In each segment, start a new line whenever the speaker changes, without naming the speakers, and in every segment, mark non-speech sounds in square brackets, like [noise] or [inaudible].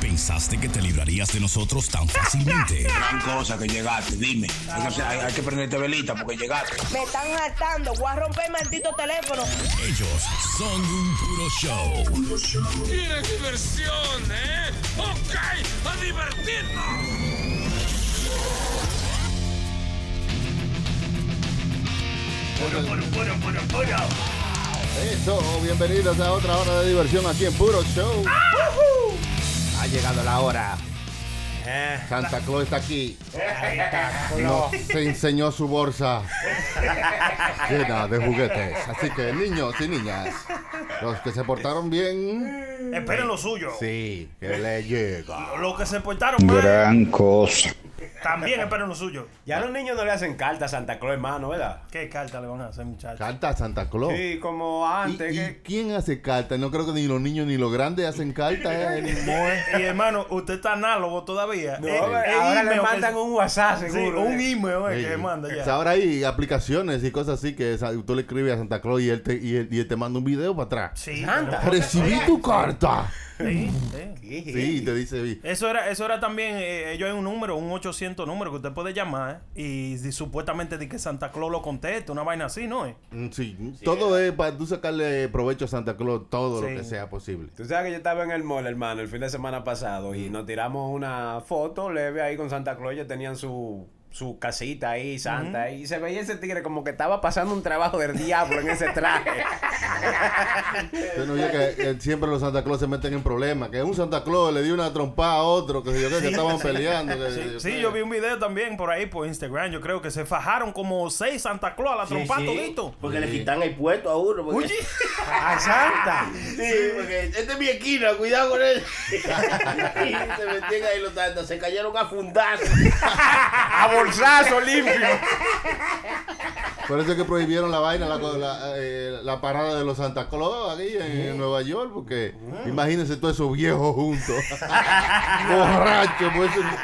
¿Pensaste que te librarías de nosotros tan fácilmente?
Gran cosa que llegaste, dime. Hay que, hacer- hay- hay que prenderte velita porque llegaste.
Me están hartando. Voy a romper el maldito teléfono.
Ellos son un puro show.
¿Quieres diversión, eh? ¡Ok! ¡A divertirnos!
Eso, bienvenidos a otra hora de diversión aquí en Puro Show. Ha llegado la hora. Santa Claus está aquí. Nos enseñó su bolsa llena de juguetes. Así que niños y niñas, los que se portaron bien,
Eh, Esperen lo suyo.
sí, que le llega.
Los que se portaron mal. También esperen lo suyo.
Ya los niños no le hacen carta a Santa Claus, hermano, ¿verdad?
¿Qué carta le van a hacer, muchachos?
Carta a Santa Claus.
Sí, como
¿Y,
antes.
Oh. y
que-
quién hace carta? No creo que ni los niños ni los grandes hacen carta. eh.
[laughs] Y hermano, usted está análogo todavía.
No,
Eh,
hombre,
eh,
ahora le
email que-
mandan un WhatsApp,
Sí,
seguro.
un
¿eh?
email eh,
Sí.
que le manda
O
ya.
sea, ahora hay aplicaciones y cosas así que sa- tú le escribes a Santa Claus y él te, y él, y él te manda un video para atrás.
Sí,
[laughs]
Santa.
Recibí tu carta.
pero- eh,
[laughs]
sí, sí.
Sí, te dice.
Eso era, eso era también, eh, ellos hay un número, un 800 número que usted puede llamar eh, y, si supuestamente de que Santa Claus lo conteste, una vaina así, ¿no? eh?
mm, Sí, todo es para tú sacarle provecho a Santa Claus, todo lo
Sí.
que sea posible.
Tú sabes que yo estaba en el mall, hermano, el fin de semana pasado y nos tiramos una foto leve ahí con Santa Claus. Ellos tenían su, su casita ahí, Santa, y se veía ese tigre como que estaba pasando un trabajo del diablo en ese traje.
Usted no vio que, que siempre los Santa Claus se meten en problemas. Que un Santa Claus le dio una trompa a otro, que, sé yo qué, que estaban peleando. que sé
Sí,
qué.
yo vi un video también por ahí por Instagram, yo creo que se fajaron como seis Santa Claus a la trompa todito.
Porque le quitan el puesto a uno. Porque,
Oye.
[laughs] ¡A Santa!
sí, porque este es mi esquina, cuidado
[laughs]
con él. y se metían ahí los tantos, se cayeron a fundazos.
[laughs] ¡A bolsazo limpio!
Por eso es que prohibieron la vaina, la, la, eh, la parada de los Santa Claus aquí en,
¿Eh?
en Nueva York, porque
Ah.
imagínense todos esos viejos juntos, [laughs] borrachos, pues eso no-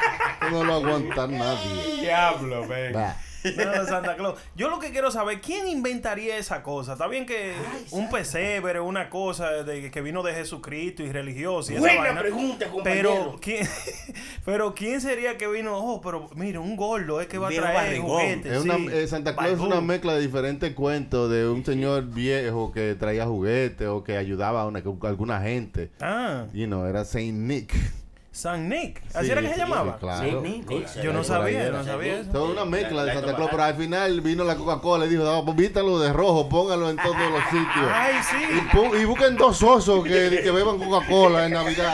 no lo aguanta nadie.
¡Diablo, ven!
Bah.
Bueno, de Santa Claus. Yo lo que quiero saber, ¿quién inventaría esa cosa? Está bien que un pesebre, una cosa de, que vino de Jesucristo y religiosa y esa
Buena
vaina.
pregunta,
Pero
compañero.
¿quién, [laughs] pero quién sería que vino, oh, pero mira, un gordo es que va a
Viejo
traer
barrigón.
juguetes.
Es una-
sí.
eh, Santa Claus es una
Barbón.
mezcla de diferentes cuentos de un señor viejo que traía juguetes o que ayudaba a, una, a alguna gente.
Ah,
Y no, era Saint Nick.
San Nick. Así
Sí,
era que se
sí,
llamaba.
claro.
Yo no
Por ahí
sabía,
era.
no sabía eso.
Todo una mezcla de
La- la
Santa Claus, pero al
tomaron.
final vino la Coca-Cola y dijo, "Vamos, vítalo de rojo, póngalo en todos los sitios.
Ay, sí.
Y, pu- y busquen dos osos que, que beban Coca-Cola en Navidad.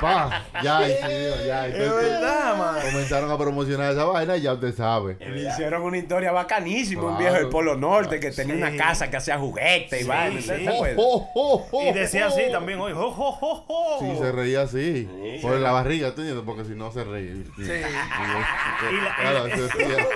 Pa, ya, y sí, ya.
Es
Entonces,
verdad, man.
comenzaron a promocionar esa vaina y ya usted sabe.
Hicieron una historia bacanísima, un
Claro.
viejo del Polo Norte que tenía
Sí.
una casa que hacía juguetes y vaina. pues,
sí.
¿te
Ho,
acuerdas?
ho, ho, ho,
Y
Oh,
decía "Oh". así
ho.
también "Oh, hoy, jo, jo, jo, jo.
¡Oh, Sí, se reía así. Por la barriga, ¿tú entiendes? Porque si no se reía. Sí. Claro, se reía.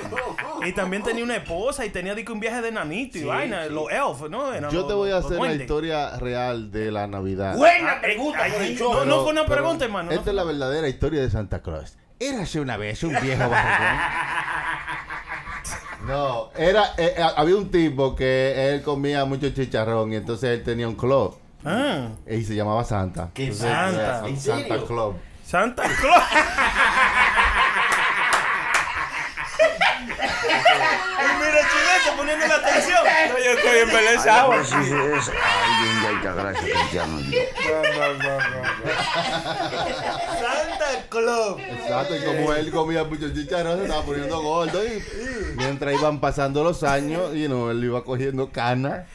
Y también tenía una esposa y tenía de que un viaje de nanito y vaina, los elfos, [laughs] ¿no? Eran
Yo
los-
te voy a
los
hacer la
duendes.
historia real de la Navidad.
Buena pregunta,
No,
Moncho.
no fue una pregunta, hermano.
Esta
no
es la verdadera historia de Santa Cruz. Érase una vez un viejo barrigón.
[laughs]
No, era, eh, eh, había un tipo que él comía mucho chicharrón y entonces él tenía un club
fue- Ah,
y se llamaba Santa.
¿Qué
Entonces, eh,
Santa?
era un
¿En
Santa
serio?
Club. [laughs]
Santa Claus. Y Mira, chuleta poniendo la atención.
No, yo estoy embelesado.
Santa Claus.
Exacto, y como él comía mucho chicharrón, se estaba poniendo gordo. Y mientras iban pasando los años, y no, él iba cogiendo canas.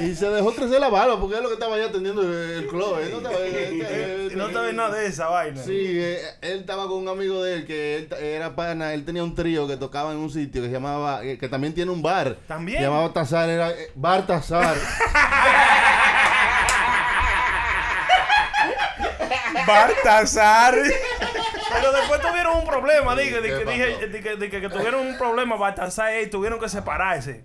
Y se dejó crecer la barba, porque es lo que estaba ya atendiendo el club. Él no estaba-
[laughs] Y No te ves nada de esa vaina.
Sí, eh, él estaba con un amigo de él que él ta- era pana, él tenía un trío que tocaba en un sitio que se llamaba, eh, que también tiene un bar.
¿También?
Se llamaba Tazar, era eh, Bar Tazar.
[laughs] Baltasar.
Pero después tuvieron un problema, dije,
¿qué
dije,
pasó?
dije, dije, dije que tuvieron un problema Baltasar y tuvieron que separarse.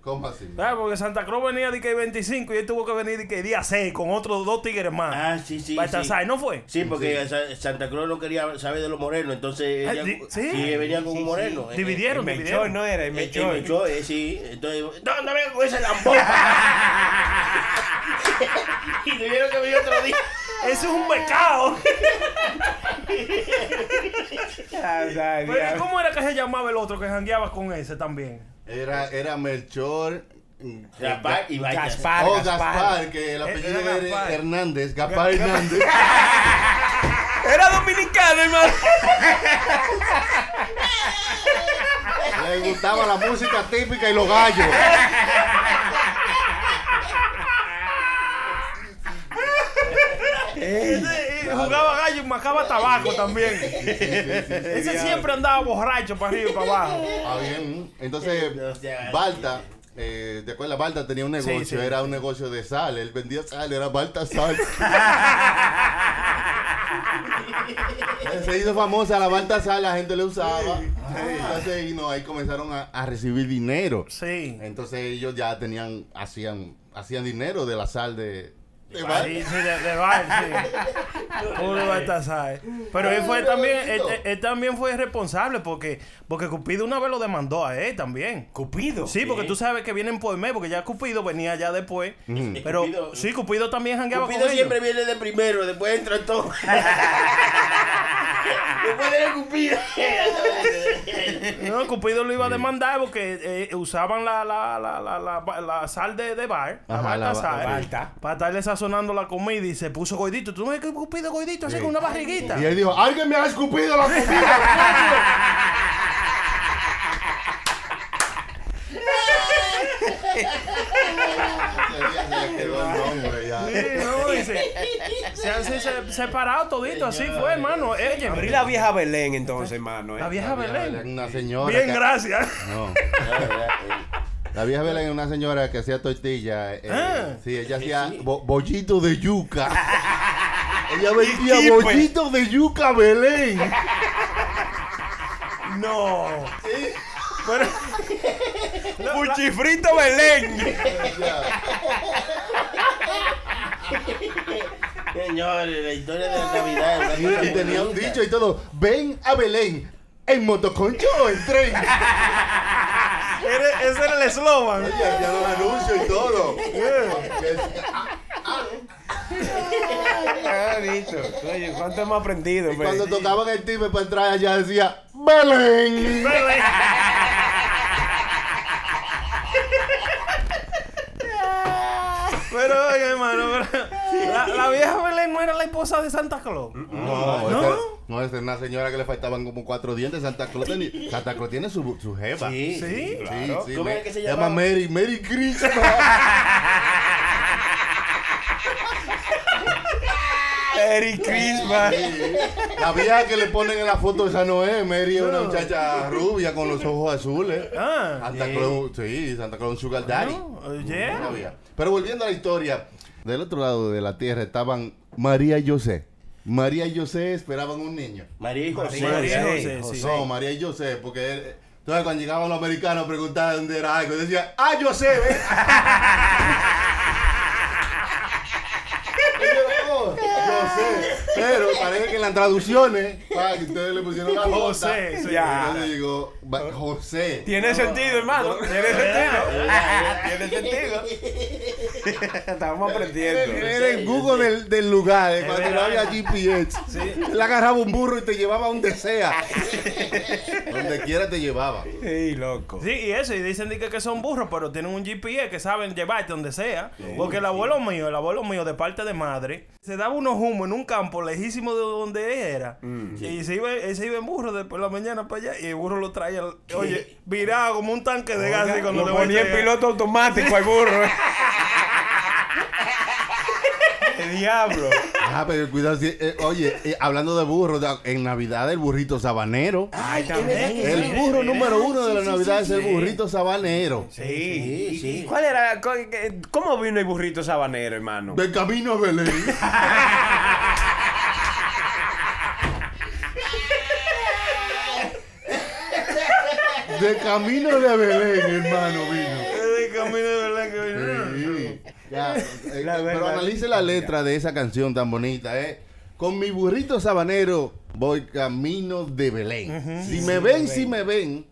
[laughs] ¿Cómo así?
¿Sabes? Ah, Porque Santa Cruz venía de que 25 y él tuvo que venir de que día 6 con otros dos tigres más.
Ah, sí, sí,
Baltasar,
sí.
¿no fue?
Sí, porque Sa- Santa Cruz no quería saber de los morenos, entonces
Ah,
ella,
di- sí.
sí, venía con un moreno. Eh,
Dividieron,
Melchor
dividieron.
no era,
eh,
el
eh,
Melchor.
Melchor, eh, sí. Entonces, ¿dónde [laughs] vengo con ese lambón? y tuvieron que venir otro día.
Eso es un
[laughs]
pecado. Pero, ¿y
Pero
¿Cómo era que se llamaba el otro que jangueaba con ese también?
Era, era Melchor.
Gaspar y Baltasar.
Gaspar,
oh,
Gaspar.
Gaspar, que el
Eh, Era
apellido era,
Gaspar.
Hernández. Gaspar
[laughs]
Hernández.
Era dominicano, hermano.
Le gustaba la música típica y los gallos.
Ese, eh, Jugaba gallo y macaba tabaco también. Ese siempre andaba borracho para arriba y para abajo.
Ah, bien. Entonces,
No sea-
Balta, eh, después la Balta tenía un negocio,
sí.
era un negocio de sal. Él vendía sal, era Balta
[laughs]
Sal. Se hizo famosa la Balta Sal, la gente le usaba. Entonces, y no, ahí comenzaron a, a recibir dinero.
Sí.
Entonces, ellos ya tenían, hacían, hacían dinero de la sal de. de Balta.
Sí, sí, de, de bar, sí. Puro Baltasar. Pero él fue también, él, él- él también fue responsable porque, porque Cupido una vez lo demandó a él también.
Cupido.
Sí, porque tú sabes que vienen por mes, porque ya Cupido venía ya después. Pero
Cupido-
sí, Cupido también jangueaba
Cupido
con
siempre
ellos.
viene de primero, después entra todo. después de Cupido.
[laughs] No, Cupido lo iba a demandar porque eh, usaban la, la, la, la, la- la sal de, de bar, la
Ajá, la ba-
Baltasar,
la Balta.
para estarle sazonando la comida y se puso gordito. ¿Tú no ves que Cupido gordito así
Sí.
con una barriguita?
Y él dijo, alguien me ha escupido la comida. [laughs] Ese día se le quedó el nombre ya.
Sí, no, y se, se han se- se- separado todito, así fue, hermano. Oye,
Abrí la vieja Belén entonces, hermano. eh.
la vieja Belén.
Una señora.
Bien,
que-
gracias. [laughs]
No. La vieja Belén es una señora que hacía tortillas. eh,
Ah.
Sí, ella hacía bo- bollitos de [laughs] yuca. ella vendía
quipe.
bollitos de yuca Belén.
No. Pero,
Puchifrito Belén.
Señores, la historia de la Navidad. es
Y,
una cosa
y tenía un
bonita.
dicho y todo. Ven a Belén. ¿En motoconcho o en tren? Ella
era- ese era el eslogan.
hacía los anuncios y todo.
Ah, listo. Oye, ¿cuánto hemos aprendido? pues?
Y cuando
hombre?
tocaban el timbre para entrar allá decía, ¡Belén!
Belén. Pero, oye, hermano, pero- la, la vieja Belén no era la esposa de Santa Claus.
No,
¿No?
esta- no, esta es una señora que le faltaban como cuatro dientes. Santa Claus, tenía- Santa Claus tiene su, su jeva.
Sí.
Sí,
¿Sí?
sí,
¿Cómo
me-
era que se
llama
llamaba?
Mary, Mary Christmas. [laughs]
Merry Christmas.
Sí. La vieja que le ponen en la foto esa no es. Mary es una muchacha rubia con los ojos azules.
Ah,
Santa Claus, sí, Santa Claus Sugar Daddy.
oye.
No había. Pero volviendo a la historia, del otro lado de la tierra estaban María y José. María y José esperaban un niño.
María y José.
María
sí,
José, sí.
No, María y José, porque él- entonces cuando llegaban los americanos preguntaban dónde era algo, decían, ¡ah, José! ¿ves?" [laughs] Y yo, "Oh, José". Pero parece que en las traducciones, pa, que ustedes le pusieron la J.
José, sí.
Ya.
Entonces llegó, "Va- José.
Tiene sentido, hermano. Tiene
Ah,
sentido. Tiene sentido. Estamos aprendiendo.
Era el Google del, del lugar, de cuando no había
verdad.
GPS. Él agarraba un burro y te llevaba donde sea. donde quiera te llevaba.
Ey, loco.
Sí, y eso, y dicen de que, que son burros, pero tienen un GPS que saben llevarte donde sea. porque el abuelo mío, el abuelo mío de parte de madre, se daba unos humos en un campo lejísimo de donde era.
Mm,
y se iba, él se iba en burro de por la mañana para allá, y el burro lo traía, oye, virado como un tanque de gas. y cuando
Lo
te
ponía en
voltea-
piloto automático
[laughs]
al burro. ¡Qué diablo!
Ah, pero cuidado. si- eh, oye, eh, hablando de burros, de- en Navidad el burrito sabanero.
Ay, también.
el burro número uno de la Navidad es el burrito sabanero.
Sí.
Sí, sí.
¿Cuál era? co- eh, ¿Cómo vino el burrito sabanero, hermano?
Del camino a Belén. De camino de Belén, hermano, vino.
El camino de verdad que vino.
Sí.
[laughs]
Ya, eh,
La
pero
verdad.
analice la letra de esa canción tan bonita, ¿eh? Con mi burrito sabanero voy camino de Belén. Si me ven, si me ven,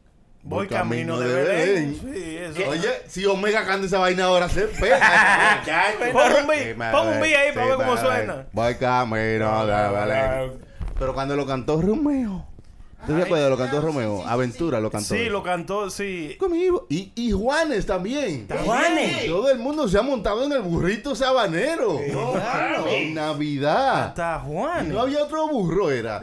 Voy camino de Belén. Sí, eso.
Oye, si Omega canta esa vaina ahora se
[laughs]
pega.
Muchacho.
Pon un
Sí,
beat,
madre,
pon un beat ahí
sí,
para ver cómo
madre.
suena. Ah,
Voy camino de Belén. Pero cuando lo cantó Romeo. ¿Tú te acuerdas? Lo cantó Romeo. Aventura lo cantó.
Sí, lo cantó, sí.
Conmigo. Y, y Juanes también.
Juanes.
Todo el mundo se ha montado en el burrito sabanero. No, En Navidad.
Está Juanes.
No había otro burro, era.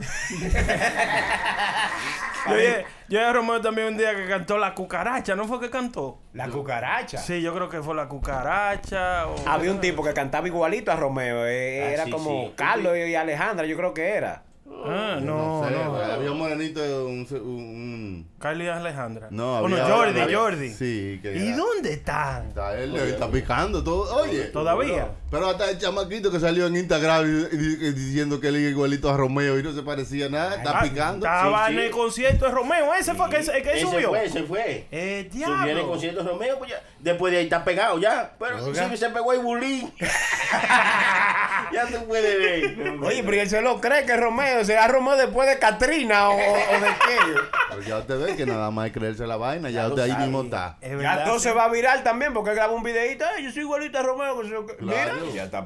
Yo oye, yo oí a Romeo también un día que cantó La Cucaracha, ¿no fue que cantó?
La cucaracha.
Sí, yo creo que fue La Cucaracha. o-
Había un tipo que cantaba igualito a Romeo. eh,
Ah,
era
sí,
como
sí.
Carlos y Alejandra, yo creo que era.
Ah, no,
sé,
no.
Había un morenito, un... un-
Carly y Alejandra.
No,
Oh,
había-
Jordi,
había-
Jordi.
Sí, que
¿Y
era-
dónde están?
Está, él le está picando todo. Oye.
Todavía.
Pero hasta el chamaquito que salió en Instagram y- y- y diciendo que él es igualito a Romeo y no se parecía a nada, está
Ah,
picando.
Estaba
Sí,
en
sí.
el concierto de Romeo. Ese fue que, el que
Ese
subió.
fue, ese fue.
Eh,
Subió en el
diablo.
concierto de Romeo, pues ya. Después de ahí está pegado ya. Pero sí se pegó el bulín. [laughs] ya se puede
[laughs]
ver.
Oye, pero él se lo cree que es Romeo. ¿Será Romeo después de Catrina o, o de qué?
Pero ya te ves que nada más es creerse la vaina, ya, usted ahí mismo está.
Es
[laughs] Ya
verdad,
todo
sí.
se va a viral también porque él graba un videito. "Ay, yo soy igualito a Romeo. que sé yo qué".
Claro.
Mira, ya está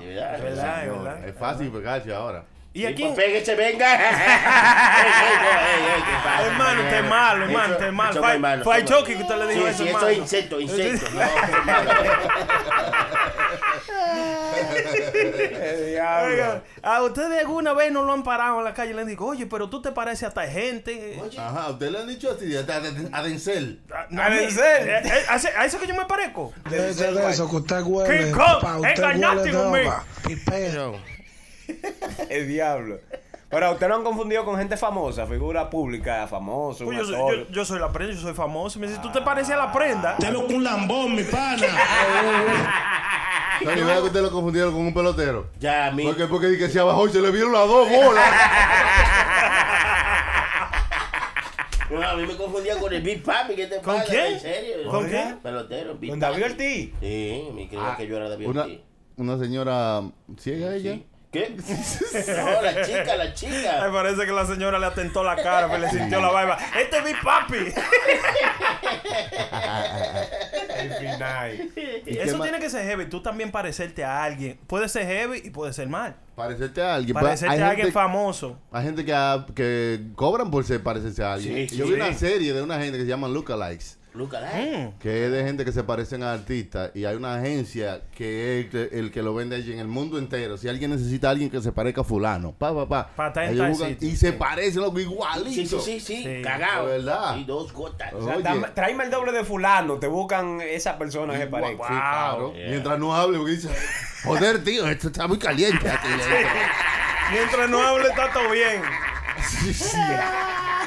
Ya.
De verdad.
Es verdad, es
Señor,
verdad.
Es fácil pegarse ahora.
Ah. Y aquí,
Pues péguese, venga.
[laughs]
Ey, ey, ey, ey, ¿qué pasa,
hermano, usted es malo, hermano, usted es malo.
Eso,
Fue-
hermano,
Fue al
eso,
Chucky que usted le
Sí,
dijo eso,
sí, eso
hermano.
es insecto, insecto. No,
[laughs] Eh, diablo.
[laughs] Oiga, a ustedes alguna vez no lo han parado en la calle y le han dicho, oye, pero tú te pareces a tal gente.
Ajá, usted le han dicho así a, a- a Denzel.
A- no,
¿A
mí-
Denzel?
eh, eh, ¿A ese- a eso que yo me parezco?
Desde de eso que usted huele,
King
Pues,
Kong,
pa, usted
engañaste
huele
conmigo.
droga, pipero.
El diablo. Pero usted lo han confundido con gente famosa, figura pública, famoso. un
Pues yo, soy-
actor.
yo- yo soy la prenda, yo soy famoso. Me dice, ¿tú te pareces a la prenda?
Te lo un lambón, mi pana.
Tony, vea que usted lo confundieron con un pelotero.
Ya, mi.
Porque, porque dije que se abajo y se le vieron las dos bolas.
[laughs] No, a mí me confundían con el Big Papi. ¿Qué te
¿Con
pasa?
quién?
¿En serio?
¿Con quién? Ah,
Pelotero, Big
Don
Papi.
David Ortiz.
Sí, me creía que yo era David
Una,
Ortiz.
una señora ciega ella.
[laughs]
¿Qué? No, la chica,
[laughs]
la
Me
chica.
parece que la señora le atentó la cara, pero le sintió la barba. Este es mi papi.
El final.
[laughs]
qué
Eso
ma-
tiene que ser heavy. Tú también parecerte a alguien. Puede ser heavy y puede ser mal.
Parecerte a alguien. pero
Parecerte
hay
a alguien
gente-
famoso.
Hay gente que, ha- que cobran por ser parecerse a alguien.
Sí,
Yo
sí,
vi una serie de una gente que se llaman lookalikes,
Lucas,
Mm.
que es de gente que se parecen a artistas y hay una agencia que es el que, el que lo vende allí en el mundo entero. Si alguien necesita a alguien que se parezca a fulano, pa pa pa,
Pa, está en
ellos
tal
buscan
sitio,
y se parecen loco igualito.
Sí, sí, sí, sí,
Sí,
cagado.
de verdad.
Y dos gotas.
Oh,
O sea,
Oye.
tam- tráeme el doble de fulano, te buscan esa persona que se
Guau, sí,
parece.
claro. Mientras no hable, porque dice, joder, tío, esto está muy caliente. aquí".
Mientras no hable, está todo bien.
[laughs] Sí, sí.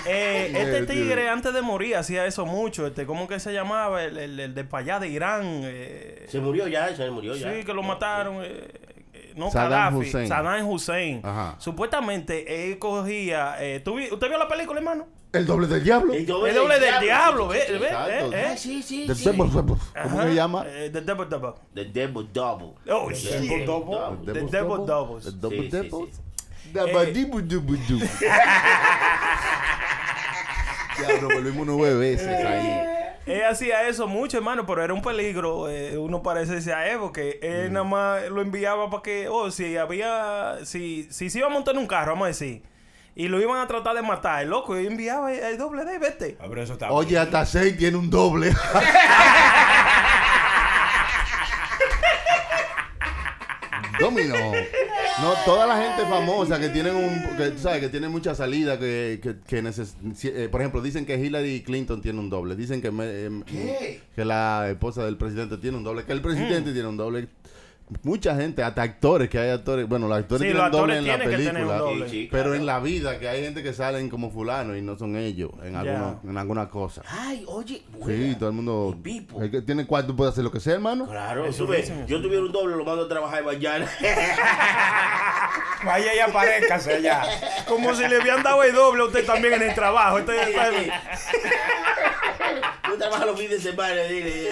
Eh, este
Dios,
tigre
Dios.
antes de morir hacía eso mucho. Este, ¿Cómo que se llamaba? El, el- el de para allá de Irán. eh,
Se murió ya, se murió ya.
sí, que lo mataron. eh, eh, no,
Saddam
Gaddafi.
Hussein.
Saddam Hussein.
Ajá.
Supuestamente él cogía. eh, ¿tú vi- ¿Usted vio la película, hermano?
El doble del diablo.
El doble,
El doble del diablo,
sí,
¿ves?
sí, sí.
¿Ves?
Exacto.
¿Eh?
Ah,
¿Eh?
sí, sí,
Del
sí.
double, double. ¿Cómo
Ajá.
se llama?
Eh, The Devil Double.
The Devil Double.
Oh, shit.
Devil Double.
The
Doubles, double doubles.
The double
Sí, sí, sí. Eh.
doubles.
[laughs]
Dabadibudubudu. Diablo, volvimos nueve veces
Eh.
ahí.
Él hacía eso mucho, hermano, pero era un peligro. eh, uno parece a él, porque
Mm.
él nada más lo enviaba para que, oh, si había, si, si se iba a montar en un carro, vamos a decir, y lo iban a tratar de matar, el loco, él enviaba el, el doble de, vete.
Ah, pero eso está
Oye, hasta seis tiene un doble. [laughs] Domino. No, toda la gente famosa que tienen un, que, tú sabes, que tienen mucha salida, que, que, que neces- si- eh, por ejemplo, dicen que Hillary Clinton tiene un doble, dicen que, me- em, que la esposa del presidente tiene un doble, que el
Mm.
presidente tiene un doble. Mucha gente, hasta actores, que hay actores, bueno, los actores
Sí,
tienen
los actores
doble en la
tienen que tener un
película,
doble.
Sí, sí,
pero
claro.
en la vida, que hay gente que salen como fulano y no son ellos en,
Ya.
alguno- en alguna cosa.
Ay, oye,
Sí,
buena.
todo el mundo.
Pipo.
El que tiene cuarto puede hacer lo que sea, hermano.
Claro, tú ves, yo tuviera un doble, lo mando a trabajar mañana. [laughs]
Vaya y
[laughs]
aparezcase allá.
Como si le habían dado el doble a usted también en el trabajo. Este, este-
Yo trabajo los fines de semana, dile.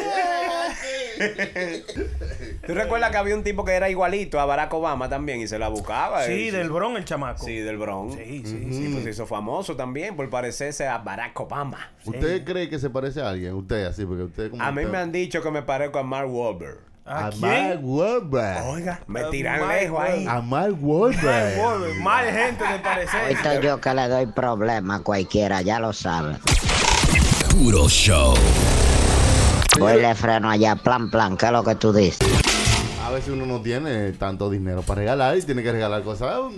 ¿Tú recuerdas que había un tipo que era igualito a Barack Obama también y se la buscaba?
Sí,
eh?
del Bron, el chamaco.
Sí, del Bronx.
Sí, sí,
Sí, pues se hizo famoso también por parecerse a Barack Obama.
¿Usted cree que se parece a alguien? Usted, así, porque usted como.
A mí
usted-
me han dicho que me parezco a Mark Wahlberg.
¿A
A
quién?
Mark Wahlberg.
Oiga, me
a
tiran
Mark
lejos ahí.
A Mark
Ay,
Wahlberg.
Wolver, Más gente de parecer.
Esto yo que le doy problema a cualquiera, ya lo sabes.
Puro show.
Voy y le freno allá, plan, plan, ¿qué es lo que tú dices?
A veces uno no tiene tanto dinero para regalar y tiene que regalar cosas ah,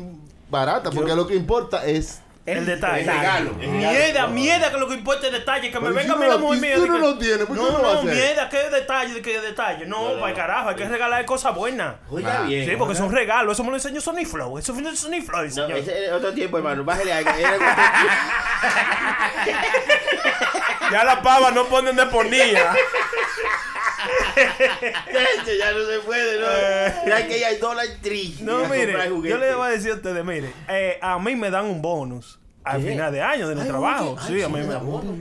baratas, porque lo que importa es.
El detalle.
el regalo.
Mierda, mierda, que lo que importa es detalle. Que me
Pero
venga
si
a mí la
no-
mujer
si
mía.
tú
de
no
que-
lo tienes, ¿por qué
No,
uno lo va a
no,
hacer?
mierda, qué detalle, qué detalle. No, para carajo, hay que regalar cosas buenas.
Oiga bien.
Sí, porque son regalos. Eso me lo enseñó Sony Flow. Eso fue Sony Flow.
No,
señor.
ese es otro tiempo, hermano. Bájale a era otro tiempo.
[laughs] Ya la pava no ponen de ponía.
Este ya no se puede, ¿no? Mira que ya es dólar tri.
Eh. No, mire, yo le voy a decir a ustedes, mire, eh, a mí me dan un bonus al final de año de mi trabajo. sí, a mí me,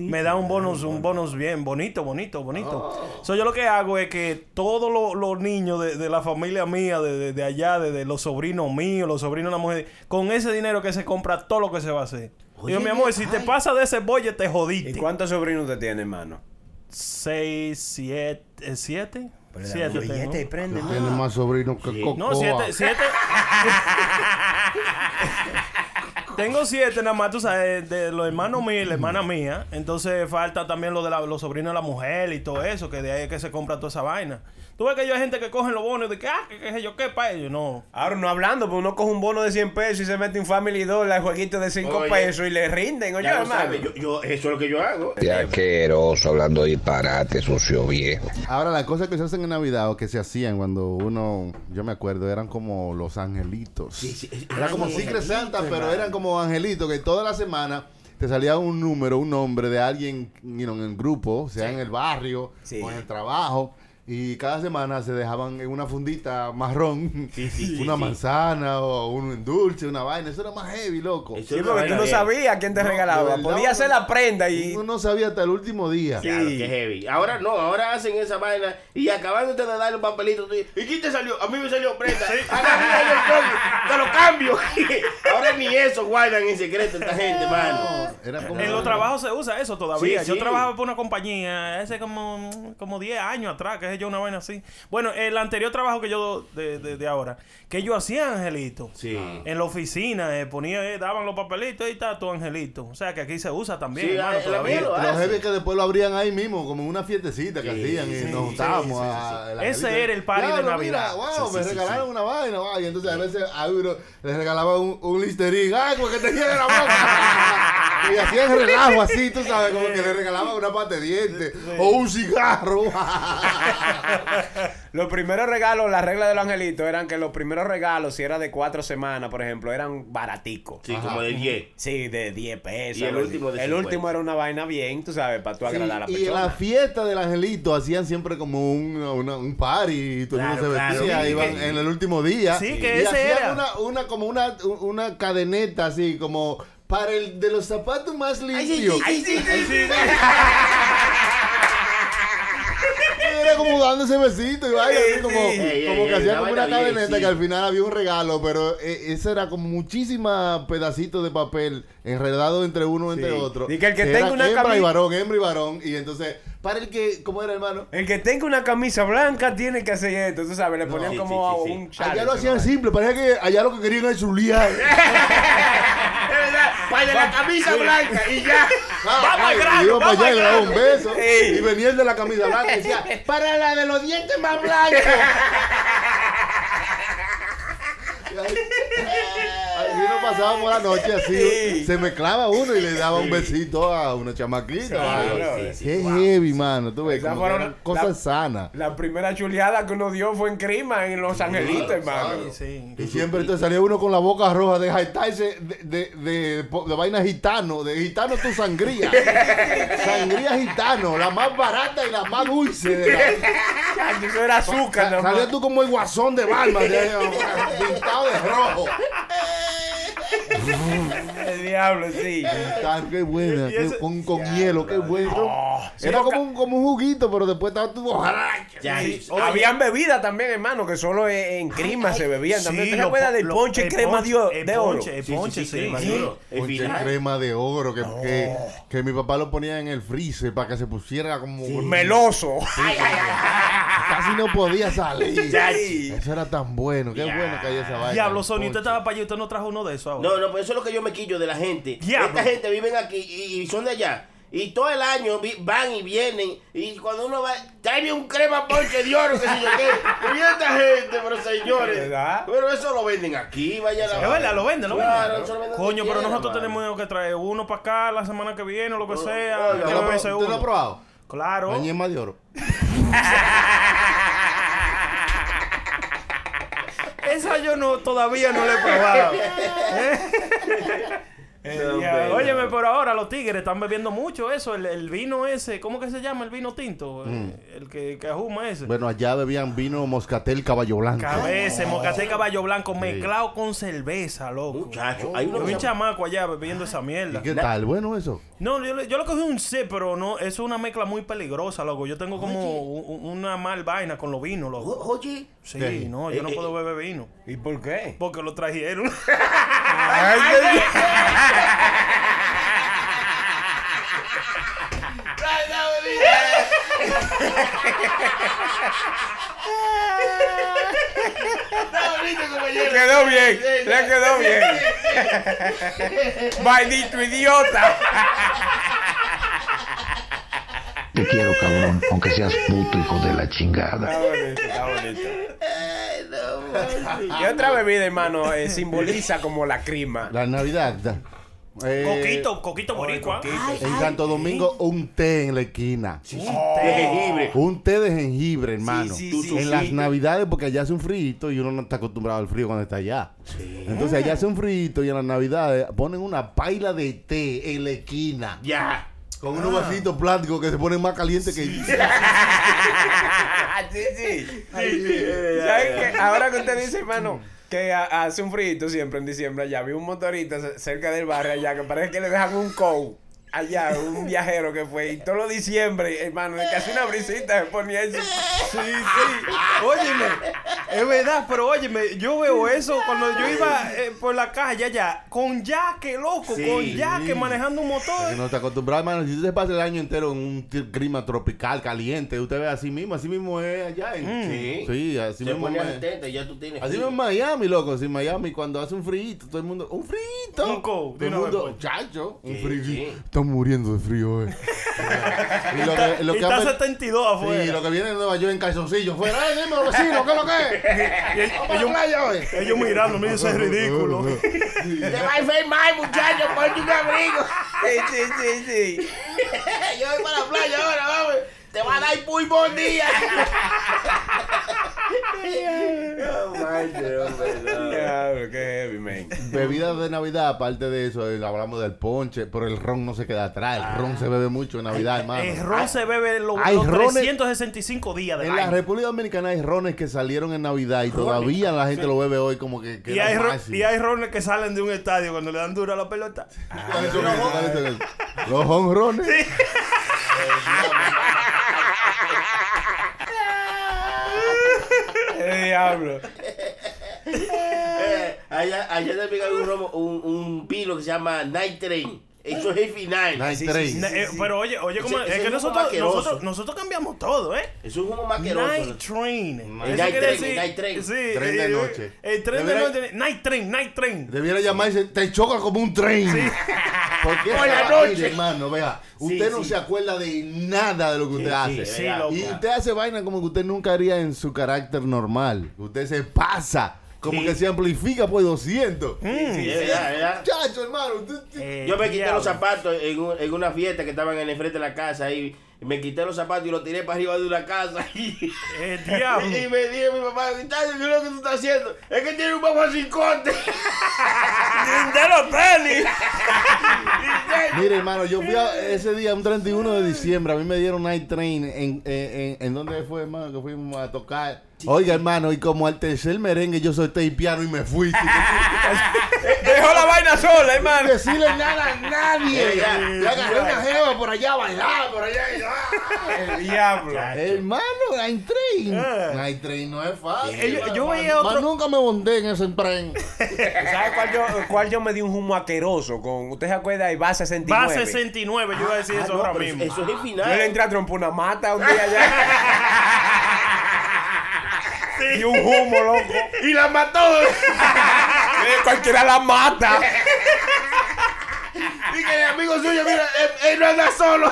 me dan un bonus, un bonus bien bonito, bonito, bonito. So, yo lo que hago es que todos los, los niños de, de la familia mía, de, de- de allá, de, de los sobrinos míos, los sobrinos de la mujer, con ese dinero que se compra todo lo que se va a hacer. Digo, mi amor, si te pasa de ese bolle, te
¿Y
jodiste.
cuántos sobrinos te tiene, hermano?
Seis, siete, eh, siete, siete tengo.
Billete, prende, ma.
Tiene más sobrinos que Cocoa.
No, siete,
este
siete. Tengo siete nada más, tú sabes, de los hermanos míos y la hermana mía. Entonces falta también lo de la- los sobrinos de la mujer y todo eso, que de ahí es que se compra toda esa vaina. Tú ves que yo hay gente que cogen los bonos de que, ah, que, que sé yo qué, para ellos. No.
Ahora no hablando, porque uno coge un bono de 100 pesos y se mete un Family Dollar, jueguito de 5
Oye.
pesos y le rinden, oye,
Ya lo
hermano.
sabes, yo, yo, eso es lo que yo hago.
Qué asqueroso, hablando disparate, sucio viejo.
Ahora, las cosas que se hacen en Navidad o que se hacían cuando uno, yo me acuerdo, eran como los angelitos. Era como Secret Santa, pero eran como angelitos que toda la semana te salía un número, un nombre de alguien you know, en el grupo, sea en el barrio
Sí.
o en el trabajo. Y cada semana se dejaban en una fundita marrón
sí,
una
sí.
manzana o un dulce, una vaina. Eso era más heavy, loco.
Eso
Sí,
es
porque
una
tú no
vaina bien.
sabías quién te
No, de
regalaba.
verdad,
Podías hacer
uno-
la prenda y.
Uno no sabía hasta el último día.
Claro, qué heavy. Ahora no, ahora hacen esa vaina y acabándote de darle un papelito, tú dices, ¿y quién te salió? A mí me salió prenda. Ah, A la mía yo cambio, te lo cambio. [laughs] ahora ni eso guardan en secreto esta gente, mano.
Era como
En los trabajos se usa eso todavía.
Sí,
yo
sí.
trabajaba por una compañía hace como, como 10 años atrás, que es yo una vaina así. Bueno, el anterior trabajo que yo de, de- de ahora, que yo hacía angelito.
Sí.
En la oficina eh, ponía, eh, daban los papelitos y está tu angelito. O sea que aquí se usa también,
Sí,
hermano,
eh, la
todavía.
mía lo
Los
hace.
jefes que después lo abrían ahí mismo, como en una fiestecita que hacían y nos juntábamos. a- la
Ese
gente.
era el party de
Diablo,
Navidad.
Mira, wow, me regalaron una vaina, wow. Y entonces a veces a uno le regalaban un, un listerín, algo que tenía en la
[laughs]
boca. y hacían relajo así, tú sabes, como que le regalaban una pata de dientes o un
[laughs]
cigarro.
Los primeros regalos, la regla de los angelitos eran que los primeros regalos, si era de cuatro semanas, por ejemplo, eran baraticos.
Sí, como de 10.
Sí, de 10 pesos.
Y el
algo así.
último de
El
50.
último era una vaina bien, tú sabes, para tú
Sí,
agradar a la
y en [laughs]
persona.
la fiesta del angelito hacían siempre como un, una- un party y todo el mundo se
Claro, claro.
vestía
Sí,
iban
que-
en el último día
Sí,
y
que ese
hacían
era.
Una, una como una, una cadeneta así como para el de los zapatos más limpios era como dándose besitos y vaya así como,
Ey,
como
ey,
que
ey,
hacían
la
como
vaina
una
bien,
cadeneta
sí.
que al final había un regalo pero eh, ese era como muchísimas pedacitos de papel enredado entre uno entre otro
Y que el que tenga
era
una
hembra y
cami-
varón hembra y varón y entonces para el que cómo era hermano
El que tenga una camisa blanca tiene que hacer esto, tú sabes, le ponían
sí,
como
sí, sí,
a
sí.
un chale.
Allá lo
tú
hacían
sabes.
simple, parecía que allá lo que querían era chulear.
Es verdad, vaya la camisa blanca y [laughs] ya.
Vamos
al grano,
Iba para
vamos
allá
al
y le daba un
grano.
beso. Y venía el de la camisa blanca y decía,
Para la de los dientes más blancos.
así nos pasaba por la noche, así
Sí.
se mezclaba uno y le daba un besito a una chamaquita. mano.
sí,
sí,
Qué heavy, mano, tú ves,
Esas
como que
fueron
eran cosas
la-
sanas.
La primera chuleada que uno dio fue en Crima, en Los Angelitos, hermano.
Sí, sí.
Y siempre te salía uno con la boca roja de jaitarse de, de, de, de vaina gitano, de gitano tu
[laughs]
sangría. sangría gitano, la más barata y la más dulce de la,
Chacho, Eso era [laughs] azúcar,
Pues,
nada
Sa-
más.
Salía
Ah,
tú como el guasón de Balma, de- pintado de rojo.
El diablo,
[laughs]
sí.
Ah, qué buena,
Y
qué-
ese-
con, con hielo, qué bueno.
sí,
Era
porque-
como un, como un juguito, pero después estaba tu borracha.
Ya,
Sí,
sí.
oye.
Habían bebidas también, hermano, que solo en en crema se bebían. También
Sí,
¿Usted se
lo
acuerdas
po-
del
lo-
ponche
el
crema
ponche,
de,
el
de oro?
ponche, el ponche, sí.
crema de oro. El
Ponche
final.
crema de ogro que, que,
Oh.
que mi papá lo ponía en el freezer para que se pusiera como
Meloso.
Casi no podía salir.
Ya,
sí.
Eso era tan bueno, qué bueno que hay esa vaina.
Diablo,
el
Sony, usted
ponche.
estaba para allá, usted no trajo uno de esos ahora.
No, no, pues eso es lo que yo me quillo de la gente.
Diablo.
Esta gente viven aquí y, y son de allá. Y todo el año vi- van y vienen. Y cuando uno va, tráeme un crema ponche de oro, que si yo
[laughs]
qué. Y esta gente, pero señores.
¿Verdad?
Pero eso lo venden aquí, vaya la.
Es verdad, lo venden, lo
Claro,
venden.
eso lo venden
Coño,
donde
pero
quiera,
nosotros
mano.
tenemos que traer uno para acá la semana que viene o lo que sea.
oiga,
que
¿Usted lo, ha
beberse
probado? ¿Usted lo ha
uno.
probado?
Claro.
La yema de oro.
Esa yo no todavía no la he
[laughs]
probado. Eh,
El
Ya,
diablo.
Óyeme, pero ahora los tigres están bebiendo mucho eso. El, el vino ese, ¿cómo que se llama el vino tinto?
Mm.
Eh, El que, que ajuma ese.
Bueno, allá bebían vino moscatel caballo blanco.
Cabeza, mocasé caballo blanco mezclado con cerveza, loco.
Muchacho, hay
Yo
uno
vi
que
un
se llama-
chamaco allá bebiendo esa
¿Y
mierda.
qué tal? Bueno, eso.
No, yo, le- yo le cogí un C, pero no, eso es una mezcla muy peligrosa, loco. Yo tengo como u- u- una mal vaina con los vinos,
Oh.
O-
loco.
Oye,
Sí,
¿Qué?
no, yo no
Eh, eh,
puedo beber vino.
¿Y por qué?
Porque lo trajeron.
Eh.
[laughs]
Le quedó bien, le quedó bien. Maldito idiota.
Te quiero, cabrón, aunque seas puto hijo de la chingada.
Está bonito, está bonito. ¿Qué otra bebida, hermano, eh, simboliza como la crima?
La Navidad. Eh,
[laughs] coquito, coquito boricua. Ah,
En Santo Domingo, un té en la esquina. Oh.
de jengibre.
Un té de jengibre, hermano.
Sí, sí, sí,
en
sí.
las navidades, porque allá hace un frito y uno no está acostumbrado al frío cuando está allá. Entonces allá hace un frito y en las navidades ponen una paila de té en la esquina.
Ya.
Con unos
Ah.
vasitos plásticos que se ponen más calientes que
[laughs]
Ah, sí, sí. ¿Sabes qué? Ahora que usted dice, hermano, que ha- hace un frito siempre en diciembre allá. Vi un motorista ce- cerca del barrio allá que parece que le dejan un cow. Allá, un viajero que fue. Y todos los diciembre, hermano, de que hace una brisita se ponía eso.
Sí, sí. Óyeme, es verdad, pero óyeme, yo veo eso cuando yo iba eh, por la calle ya, ya, con yaque, loco, con yaque, manejando un motor.
Que no está acostumbrado, hermano. Si usted se pasa el año entero en un t- clima tropical, caliente, usted ve así mismo, así mismo es allá. en-
Mm.
Sí.
Sí, así
Se
mismo
pone a
es.
70 y ya tú tienes.
Así mismo en Miami, loco. Así en Miami, cuando hace un frito, todo el mundo. ¡Un frito!
Un co,
Todo
de
el
una
mundo,
vez, pues.
chacho. Un
Sí,
frito.
sí.
Están muriendo de frío, [laughs] eh. y lo que, lo
Y
que
está
han ven-
72 afuera.
Sí, lo que viene de Nueva York en calzoncillos. Fuera, eh, dímelo, vecino, ¿qué es lo
[laughs]
que es? Vamos a la playa hoy.
Ellos mirando, mira, eso
[laughs]
es ridículo.
Te va a enfermar, muchacho, ponte un abrigo.
Sí, sí, sí, sí.
[laughs] Yo voy para la playa ahora, vamos. Te va a dar muy buen día. No manches, hombre.
Diablo, qué heavy, man.
Bebidas de Navidad, aparte de eso, eh, hablamos del ponche, pero el ron no se queda atrás. El ron se bebe mucho en Navidad, hermano.
Ah, El ron se bebe lo-
hay
los
rones-
365 días del
En la
año.
República Dominicana hay rones que salieron en Navidad y todavía la gente lo bebe hoy como que, que
Y
era
hay, ro-
máximo.
y hay rones que salen de un estadio cuando le dan duro a la
[laughs]
pelota.
¿Cuáles son esos? ¿Cuáles son esos? Los honrones.
El diablo.
Eh, allá, allá también hay un, romo, un, un vino que se llama Night Train. Eso es el final.
Night
Eso
Train.
Na- eh, Pero oye, oye, como
Ese-
es
ese
que
es un
nosotros,
vaqueroso.
nosotros, nosotros cambiamos todo, ¿eh?
es un humo maqueroso.
Night Train. Eso
Night
quiere
Train,
decir-
Night Train.
Sí,
Tren de
eh,
noche.
El tren de
Debería-
noche. Night Train, Night Train.
Debiera llamarse, te choca como un tren. Porque
Por la
esa vaina,
noche.
hermano, vea,
Sí,
usted no
sí.
se acuerda de nada de lo que usted hace.
sí,
Sí,
verdad.
loco.
Y usted hace vaina como que usted nunca haría en su carácter normal. Usted se pasa, como que se amplifica por 200.
Sí, es verdad, es verdad.
Chacho, hermano, usted-
Eh,
Yo me quité
diablo.
los zapatos en, un- en una fiesta que estaban en el frente de la casa y me quité los zapatos y los tiré para arriba de una [laughs] casa. Y,
Eh,
[laughs]
diablo.
y me dijo mi papá, "Tato, ¿qué es lo que tú estás haciendo? Es que tiene un papá sin corte.
¡De los tenis!
Mire, hermano, yo fui a- ese día, un 31 de diciembre, a mí me dieron Night Train. ¿En, en, en, en dónde fue, hermano, que fuimos a tocar? Oiga, hermano, y como al tercer merengue yo solté el piano y me fui.
Dejó la vaina vaina sola, hermano.
Decirle nada a nadie.
Sí, ya.
Le agarré una jeva por allá a bailar, por allá. y- ¡ah!
[laughs] El diablo.
Hermano, hay tren. Hay tren no es fácil.
Eh, yo- yo
hermano.
veía otro-
Más nunca me bondé en ese
[laughs]
tren.
¿Sabes cuál yo, cuál yo me di un humo aqueroso con? ¿Usted se acuerda de Base 69?
Va 69, yo iba a decir
Ah,
eso
no,
ahora
pero
mismo.
Eso es el
Yo le
final.
entré a trompo una mata un día allá. Y un humo, loco.
Y la mató.
[laughs] Eh, Cualquiera la mata.
Y que el amigo suyo, mira, él, él no anda solo.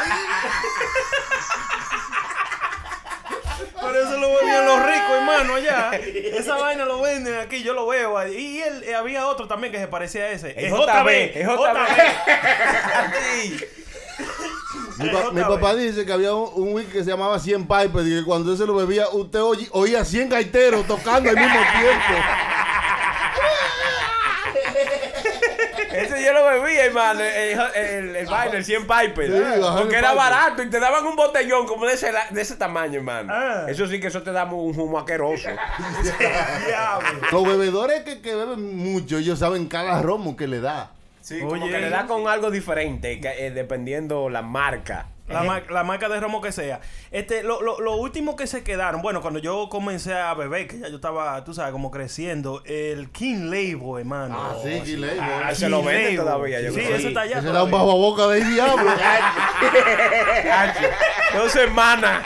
Por eso lo vendían los ricos, hermano,
[laughs]
allá. Esa vaina lo venden aquí, yo lo veo. ahí. Y él, eh, había otro también que se parecía a ese.
Es
Es JB.
Es
Es
JB.
[laughs] Mi, pa- mi papá dice que había un, un whisky que se llamaba 100 Pipers y que cuando él se lo bebía, usted oy- oía 100 gaiteros tocando al mismo
[laughs]
tiempo.
Ese yo lo bebía, hermano. El, el, el, el vaina, el 100 Piper.
Sí, ajá, el
porque era
Piper.
barato y te daban un botellón como de ese, la- de ese tamaño, hermano.
Ah.
Eso sí que eso te da un humo aqueroso.
[laughs] Diablo.
Los bebedores que, que beben mucho, ellos saben cada romo que le da.
Sí, como
Oye.
que le da con algo diferente, que, eh, dependiendo la marca.
La, mar- la marca de romo que sea. Este, lo, lo, lo último que se quedaron, bueno, cuando yo comencé a beber, que ya yo estaba, tú sabes, como creciendo, el King Label, hermano.
Ah, sí, que le
Ah, se lo
King
venden
Label.
todavía, yo
Sí,
creo.
ese está Oh, allá.
Ese era un
todavía.
bajo boca del
[laughs]
diablo.
Cacho, Dos semanas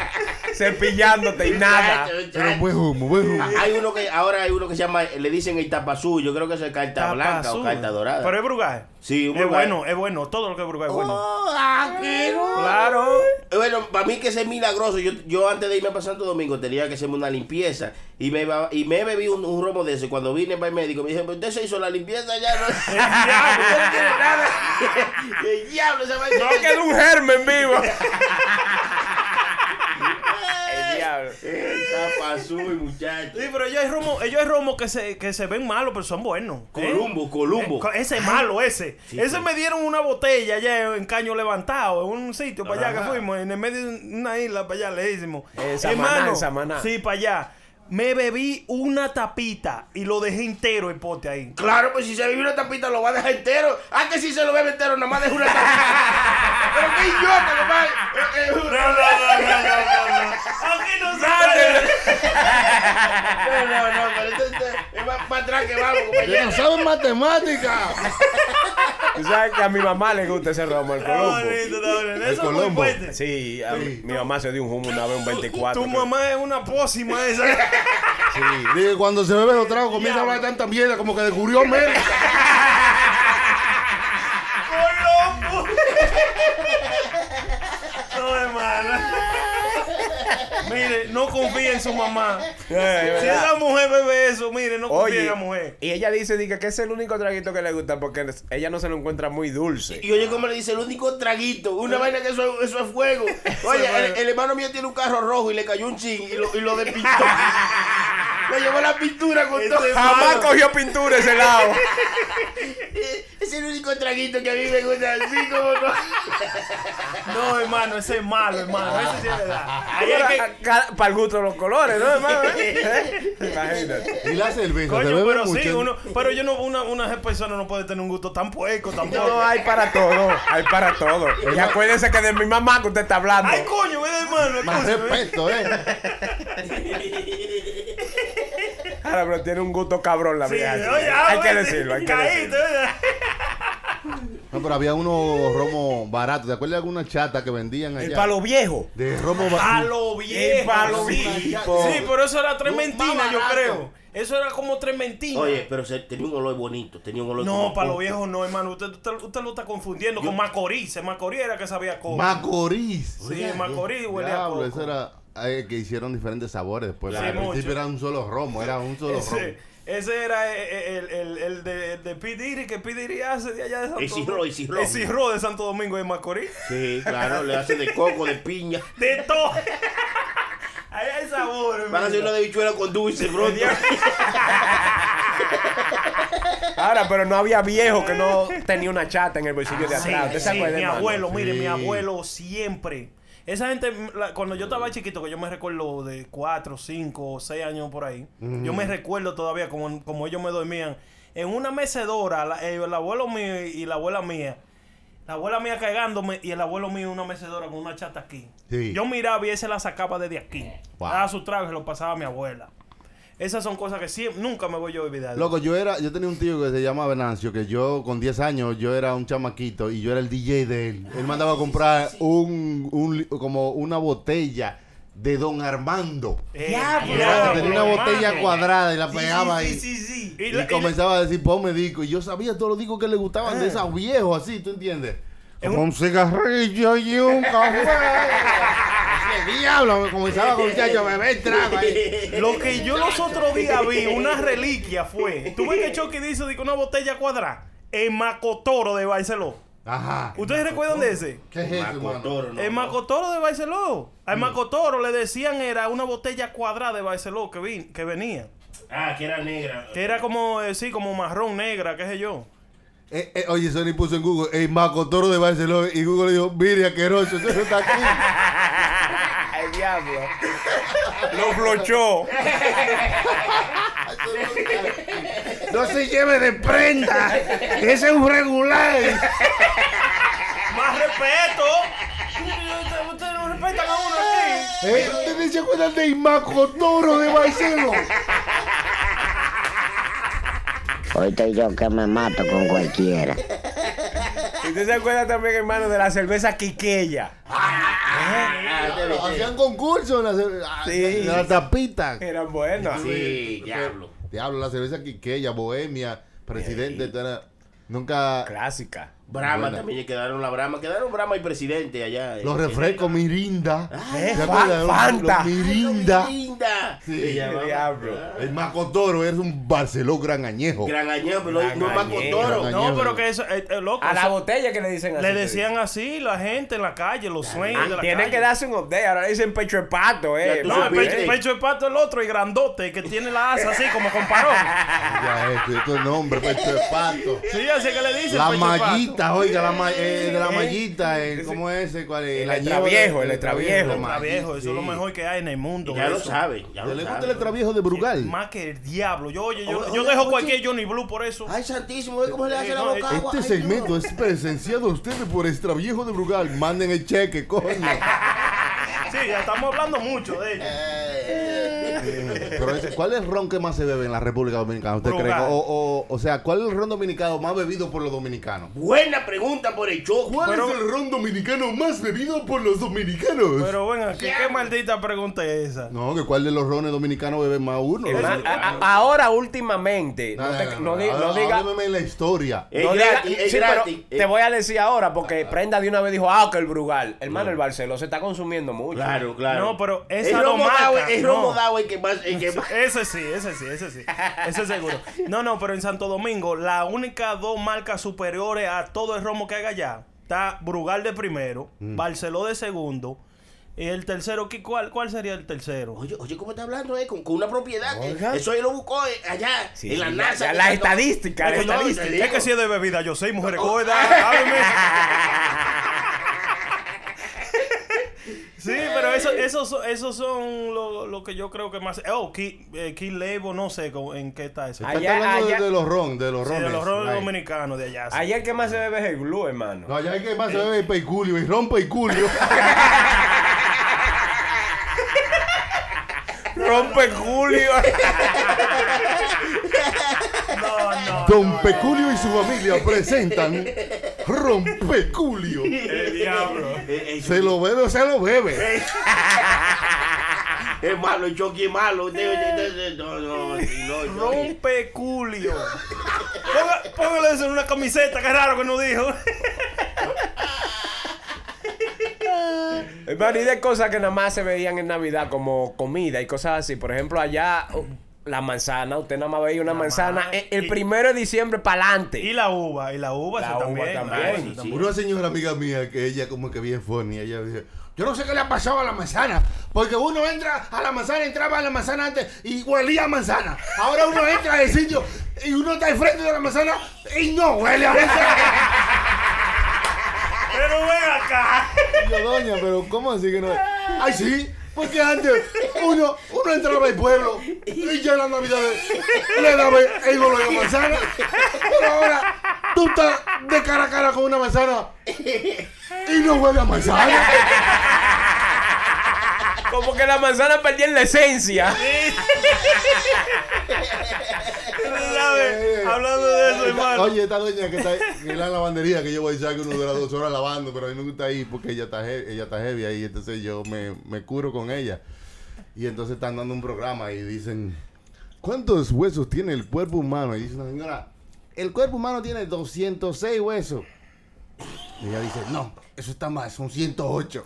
cepillándote y nada.
Era un buen humo, buen
[laughs]
humo.
Hay uno que ahora hay uno que se llama, le dicen el tapazú, yo creo que eso es carta
Tapa
blanca o
azul.
carta dorada.
Pero es Brugal.
Sí, un
es
Brugal.
bueno, es bueno. Todo lo que es Brugal es bueno.
Oh,
ah,
aquero.
Claro.
Eh, Bueno, para mí que ese es milagroso. Yo, yo antes de irme para Santo Domingo tenía que hacerme una limpieza. Y me, ba- y me bebí un, un romo de ese. Cuando vine para el médico, me dijeron, "Pero usted se hizo la limpieza ya. No, [laughs] usted no tiene nada. [laughs] El diablo se va
No quedó un germen vivo.
[laughs]
El
El diablo.
Tapa azul, Eh, muchacho.
Sí, pero ellos hay romo, ellos hay romo que se, que se ven malos, pero son buenos. ¿eh?
Columbo, Columbo.
Eh, Ese es malo, ese. ese me dieron una botella allá en Caño Levantado, en un sitio para allá que fuimos, en el medio de una isla para allá, le hicimos.
Eh, Samaná, en Samaná.
Sí, para allá. Me bebí una tapita y lo dejé entero el pote ahí.
Claro, pues si se bebió una tapita lo va a dejar entero. Ah, que si se lo bebe entero, nada más deja una [laughs] tapita. Pero qué idiota, nomás. Eh, eh, una-
Aquí no
No, no, no, pero esto- esto es más para atrás que vamos,
Ellos
compañero.
no saben matemáticas.
Tú sabes que a mi mamá le gusta ese romo, el colombo.
El
Eso es muy
Colombo.
fuerte.
Sí, a mi- mi mamá se dio un humo una vez, un 24.
Tu
creo.
mamá es una pócima esa.
Dije, cuando se bebe los tragos comienza a hablar tanta mierda como que descubrió América.
[laughs] Colombo. No, hermano. Mire, no confía en su mamá.
Eh, ¿verdad?
Si esa mujer bebe eso, mire, no confía en
Oye,
la mujer.
y ella dice dice, que es el único traguito que le gusta porque ella no se lo encuentra muy dulce.
Y oye, como le dice, el único traguito, una vaina que eso, [laughs] eso es fuego. Oye, el, el hermano mío tiene un carro rojo y le cayó un chin y lo, y lo despintó. [laughs] Le llevó la pintura con todo. [laughs]
Jamás cogió pintura ese lado.
Eh, Es el único traguito que a mí me gusta, así como no.
No, hermano, ese es malo, hermano. Ese sí es verdad. Ahí hay que-
Para el gusto de los colores, ¿no, hermano?
[laughs]
¿Eh? Imagínate.
Y la cerveza, se
Coño,
bebe
pero
mucho.
sí, uno, pero yo no, una, una persona no puede tener un gusto tan pueco, tampoco.
No, hay para todo, hay para todo. Y acuérdense que de mi mamá que usted está hablando.
Ay, coño, mira, hermano.
Más
escúchame.
respeto, eh.
Ahora, pero tiene un gusto cabrón la
Sí,
vieja.
oye, ah,
hay que
bueno,
decirlo, hay que
caíste,
decirlo.
¿verdad?
No, pero había unos romos baratos. ¿Te acuerdas de alguna chata que vendían allá?
El palo viejo.
De romo
A
barato.
lo viejo.
El palo
sí.
viejo.
Sí, pero eso era trementina,
Más
yo
barato.
creo. Eso era como trementina.
Oye, pero se- tenía un olor bonito, tenía un olor
No,
como
para lo
punto.
viejo no, hermano. Usted, usted, usted lo está confundiendo con Macorís. El Macorís era que sabía coco.
Macorís.
Sí, Macorís huele a
Diablo,
coco.
eso era eh, que hicieron diferentes sabores después.
Sí,
Al
mucho.
principio era un solo romo, era un solo romo.
ese, ese era el, el, el, el de, el de P. Diddy, que P. Diddy hace de allá de Santo
El Cirro,
Domingo.
el Cirro.
El Cirro de Santo Domingo de Macorís.
Sí, claro, le hacen de coco, de piña.
De todo. [laughs] Allá hay sabor,
Van a hacer uno
hermano.
de bichuela con dulce pronto.
eh.
Ahora, pero no había viejo que
[laughs]
no tenía una chata en el bolsillo de
Ah, Sí,
atrás. ¿Usted se
sí,
acuerda,
mi
hermano?
abuelo, mire, mi
Sí.
abuelo siempre. Esa gente, la- cuando yo estaba chiquito, que yo me recuerdo de 4, 5 o 6 años por ahí, yo me recuerdo todavía como, como ellos me dormían en una mecedora, la- eh, el abuelo mío y la abuela mía. La abuela mía cagándome y el abuelo mío en una mecedora con una chata aquí.
Sí.
Yo miraba y ese la sacaba desde aquí.
Wow.
Daba su trago y se lo pasaba a mi abuela. Esas son cosas que siempre, nunca me voy yo a olvidar.
Loco, yo era, yo tenía un tío que se llamaba Venancio, que yo con 10 años, yo era un chamaquito y yo era el DJ de él. Él mandaba a comprar un, un li- como una botella de Don Armando.
Eh, Diablo,
Era que tenía una
hermano.
botella cuadrada y la pegaba ahí.
Y
Y,
la- y la-
comenzaba a decir, ponme disco. Y yo sabía todos los discos que le gustaban de esos viejos, así, ¿tú entiendes? Con un cigarrillo y un café. ¡Qué diablo! Me eh. comenzaba con muchacho, bebé el trago ahí.
Lo que yo los otros días vi, una reliquia fue. ¿Tú ves que Chucky dice de que una botella cuadrada? En Macotoro de Barceló.
Ajá.
¿Ustedes recuerdan de ese?
¿Qué es eso, hermano?
Macotoro, no.
En Macotoro de Barceló. Al Macotoro le decían era una botella cuadrada de Barceló que, vi- que venía.
Ah, que era negra.
Que era como, eh, sí, como marrón, negra, qué sé yo.
Eh, eh, oye, Sony puso en Google el Macotoro de Barcelona y Google dijo, mire, asqueroso, eso no está aquí.
Ay, diablo.
Lo flochó.
No se lleve de prenda. Ese es un regular.
¡Más respeto! Ustedes- Ustedes no respetan a uno aquí.
¿Eh? ¿Ustedes se acuerdan del Macotoro de Barcelona?
Hoy estoy yo que me mato con cualquiera.
¿Usted se acuerda también, hermano, de la cerveza quiqueya?
Ah,
Hacían concurso en la, cer- ah,
Sí.
en la tapita.
Eran buenas.
Sí, diablo.
Diablo, la cerveza quiqueya, bohemia, presidente, tú eras- nunca...
Clásica.
Brahma
Buena.
también quedaron la Brahma. Quedaron Brahma y presidente allá.
Los
Eh,
refrescos, mirinda.
Eh,
¿Se acuerdan?
Fa- Fanta.
Los
Ay, los
mirinda.
Mirinda.
Sí.
Se llamaba.
Diablo.
El Macotoro es un Barceló gran añejo.
Gran añejo, pero
Gran
no es
Añejo.
Macotoro.
Gran
No, pero que eso, eh, eh, loco.
A la
eso-
botella que le dicen así.
Le
te
decían así la gente en la calle, los
Ah,
sueños de
digo.
la
Tienen
calle.
que darse un update. Ahora le dicen pecho de pato, eh.
Ya tú
No, el
supiste.
pecho, el pecho de pato es el otro y grandote que tiene la asa así como con parón.
Ya, esto, esto es nombre, pecho de pato.
Sí, así que le dicen
La
pecho de pato.
mallita, oiga, la ma- eh, de la mallita, el- ¿cómo es ese? ¿Cuál es?
El
La ñeva
extraviejo,
de-
el
de-
extraviejo.
de-
El
Está viejo, eso es lo
sí.
mejor que hay en el mundo.
Ya lo
eso.
sabe. Ya
¿Yo
lo
le gusta el
sabe.
extraviejo de Brugal?
Más que el diablo. Yo, oye, yo,
Oye,
yo
oye,
dejo
oye.
cualquier Johnny Blue por eso.
Ay, santísimo, ve cómo le hace la
no,
boca agua.
Este
Ay,
segmento
no.
es presenciado a ustedes por extraviejo de Brugal. Manden el cheque, coño.
Sí, ya estamos hablando mucho de
Eh.
ella.
Pero ese- ¿cuál es el ron que más se bebe en la República Dominicana? ¿Usted cree?
Brugal.
O, o, o sea, ¿cuál es el ron dominicano más bebido por los dominicanos?
Buena pregunta por el choque.
¿Cuál
Pero-
es el ron dominicano más bebido por los dominicanos?
Pero bueno, ¿qué, qué maldita pregunta es esa?
No, que cuál de los rones dominicanos bebe más uno.
Hermano,
Eso-
a- a- Ahora, últimamente, no, te- no di- no
Ahora,
diga.
hábleme en la historia.
Es
no diga-
gratis, es
sí, pero
gratis.
Te voy a decir ahora, porque Prenda de una vez dijo, ah, que el Brugal. Hermano, el Barceló se está consumiendo mucho.
Claro, claro.
No, pero esa
es romo
domaca,
dado, es romo
no.
dado el que más. El que más.
Ese sí, ese sí, ese sí. Ese seguro. No, no, pero en Santo Domingo, la única dos marcas superiores a todo el romo que hay allá está Brugal de primero,
Mm.
Barceló de segundo. Y el tercero, ¿qué- ¿cuál, cuál sería el tercero?
Oye, oye, ¿cómo está hablando, eh? Con, con una propiedad. que- Eso él lo buscó eh, allá,
Sí,
en la
ya-
NASA.
ya
que
la
tanto-
estadística, la
Oye, no,
estadística.
te
es
digo.
que si es de bebida, yo soy mujer gorda. hábleme. sí, pero eso- esos son- esos son lo, lo que yo creo que más. Oh, Key, eh, Key Label, no sé cómo- en qué está eso.
Ah,
Está
Allá-
hablando de-
allá-
de, los ron, de los
Sí,
rones.
de los roles
Ay.
dominicanos de allá. sí.
Ayer el que más se bebe es el glue, hermano.
No, ya hay que más se bebe el peiculio, el ron peiculio.
Rompe Julio. no, no.
Don Peculio y su familia presentan Ron Peculio.
El diablo.
Eh, eh,
Se lo bebe o se lo bebe.
Es malo, el choque es malo. Usted- usted- usted- No, no, no, no.
Rompe Julio. Ponga- Póngale eso en una camiseta, que raro que no dijo.
[laughs] Hermano, y de cosas que nada más se veían en Navidad, como comida y cosas así. Por ejemplo, allá, oh, la manzana, usted nada más veía una manzana
más.
eh, el
Y-
primero de diciembre para
Y
adelante.
la uva, y la uva,
La
se
uva
también.
también,
la uva, se
sí.
Una señora amiga mía que ella como que bien funny, ella dice, yo no sé qué le ha pasado a la manzana, porque uno entra a la manzana, entraba a la manzana antes y huelía a manzana. Ahora uno entra al sitio y uno está enfrente de la manzana y no huele a manzana.
Pero ven acá.
Yo, doña, pero ¿cómo así que no? Ay, sí. Porque antes uno, uno entraba al pueblo y ya en la Navidad le daba el golo de la manzana. Pero ahora tú estás de cara a cara con una manzana y no huele a manzana.
Como que la manzana perdía en la esencia.
¿Sabes? Hablando de eso, hermano.
Oye, esta doña que está que en la lavandería, que yo voy a echar que uno dura dos horas lavando, pero a mí me gusta ir porque ella está heavy, ella está heavy ahí, entonces yo me, me curo con ella. Y entonces están dando un programa y dicen, ¿cuántos huesos tiene el cuerpo humano? Y dice una señora, el cuerpo humano tiene 206 huesos. Y ella dice, no, eso está mal, son 108.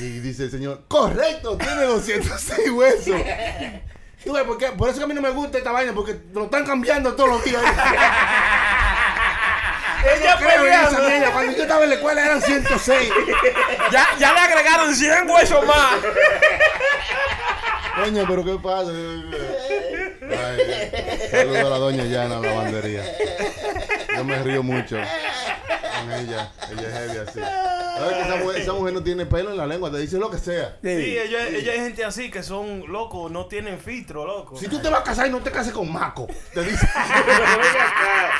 Y dice el señor, correcto, tiene 206 huesos. Tú ves, porque, por eso que a mí no me gusta esta vaina, porque lo están cambiando todos los días.
Ella
Yo creo en esa
peleando.
mierda. Cuando yo estaba en la escuela eran 106.
Ya, ya le agregaron 100 huesos más.
Coño, pero ¿qué pasa? Ay, saludo a la doña Yana, la lavandería. Yo me río mucho con ella. Ella es heavy así. ¿Sabes que esa mujer, esa mujer no tiene pelo en la lengua? Te dice lo que sea.
Sí, ella, ella hay gente así que son locos, no tienen filtro, loco.
Si tú te vas a casar y no te cases con Maco, te dice.
[laughs]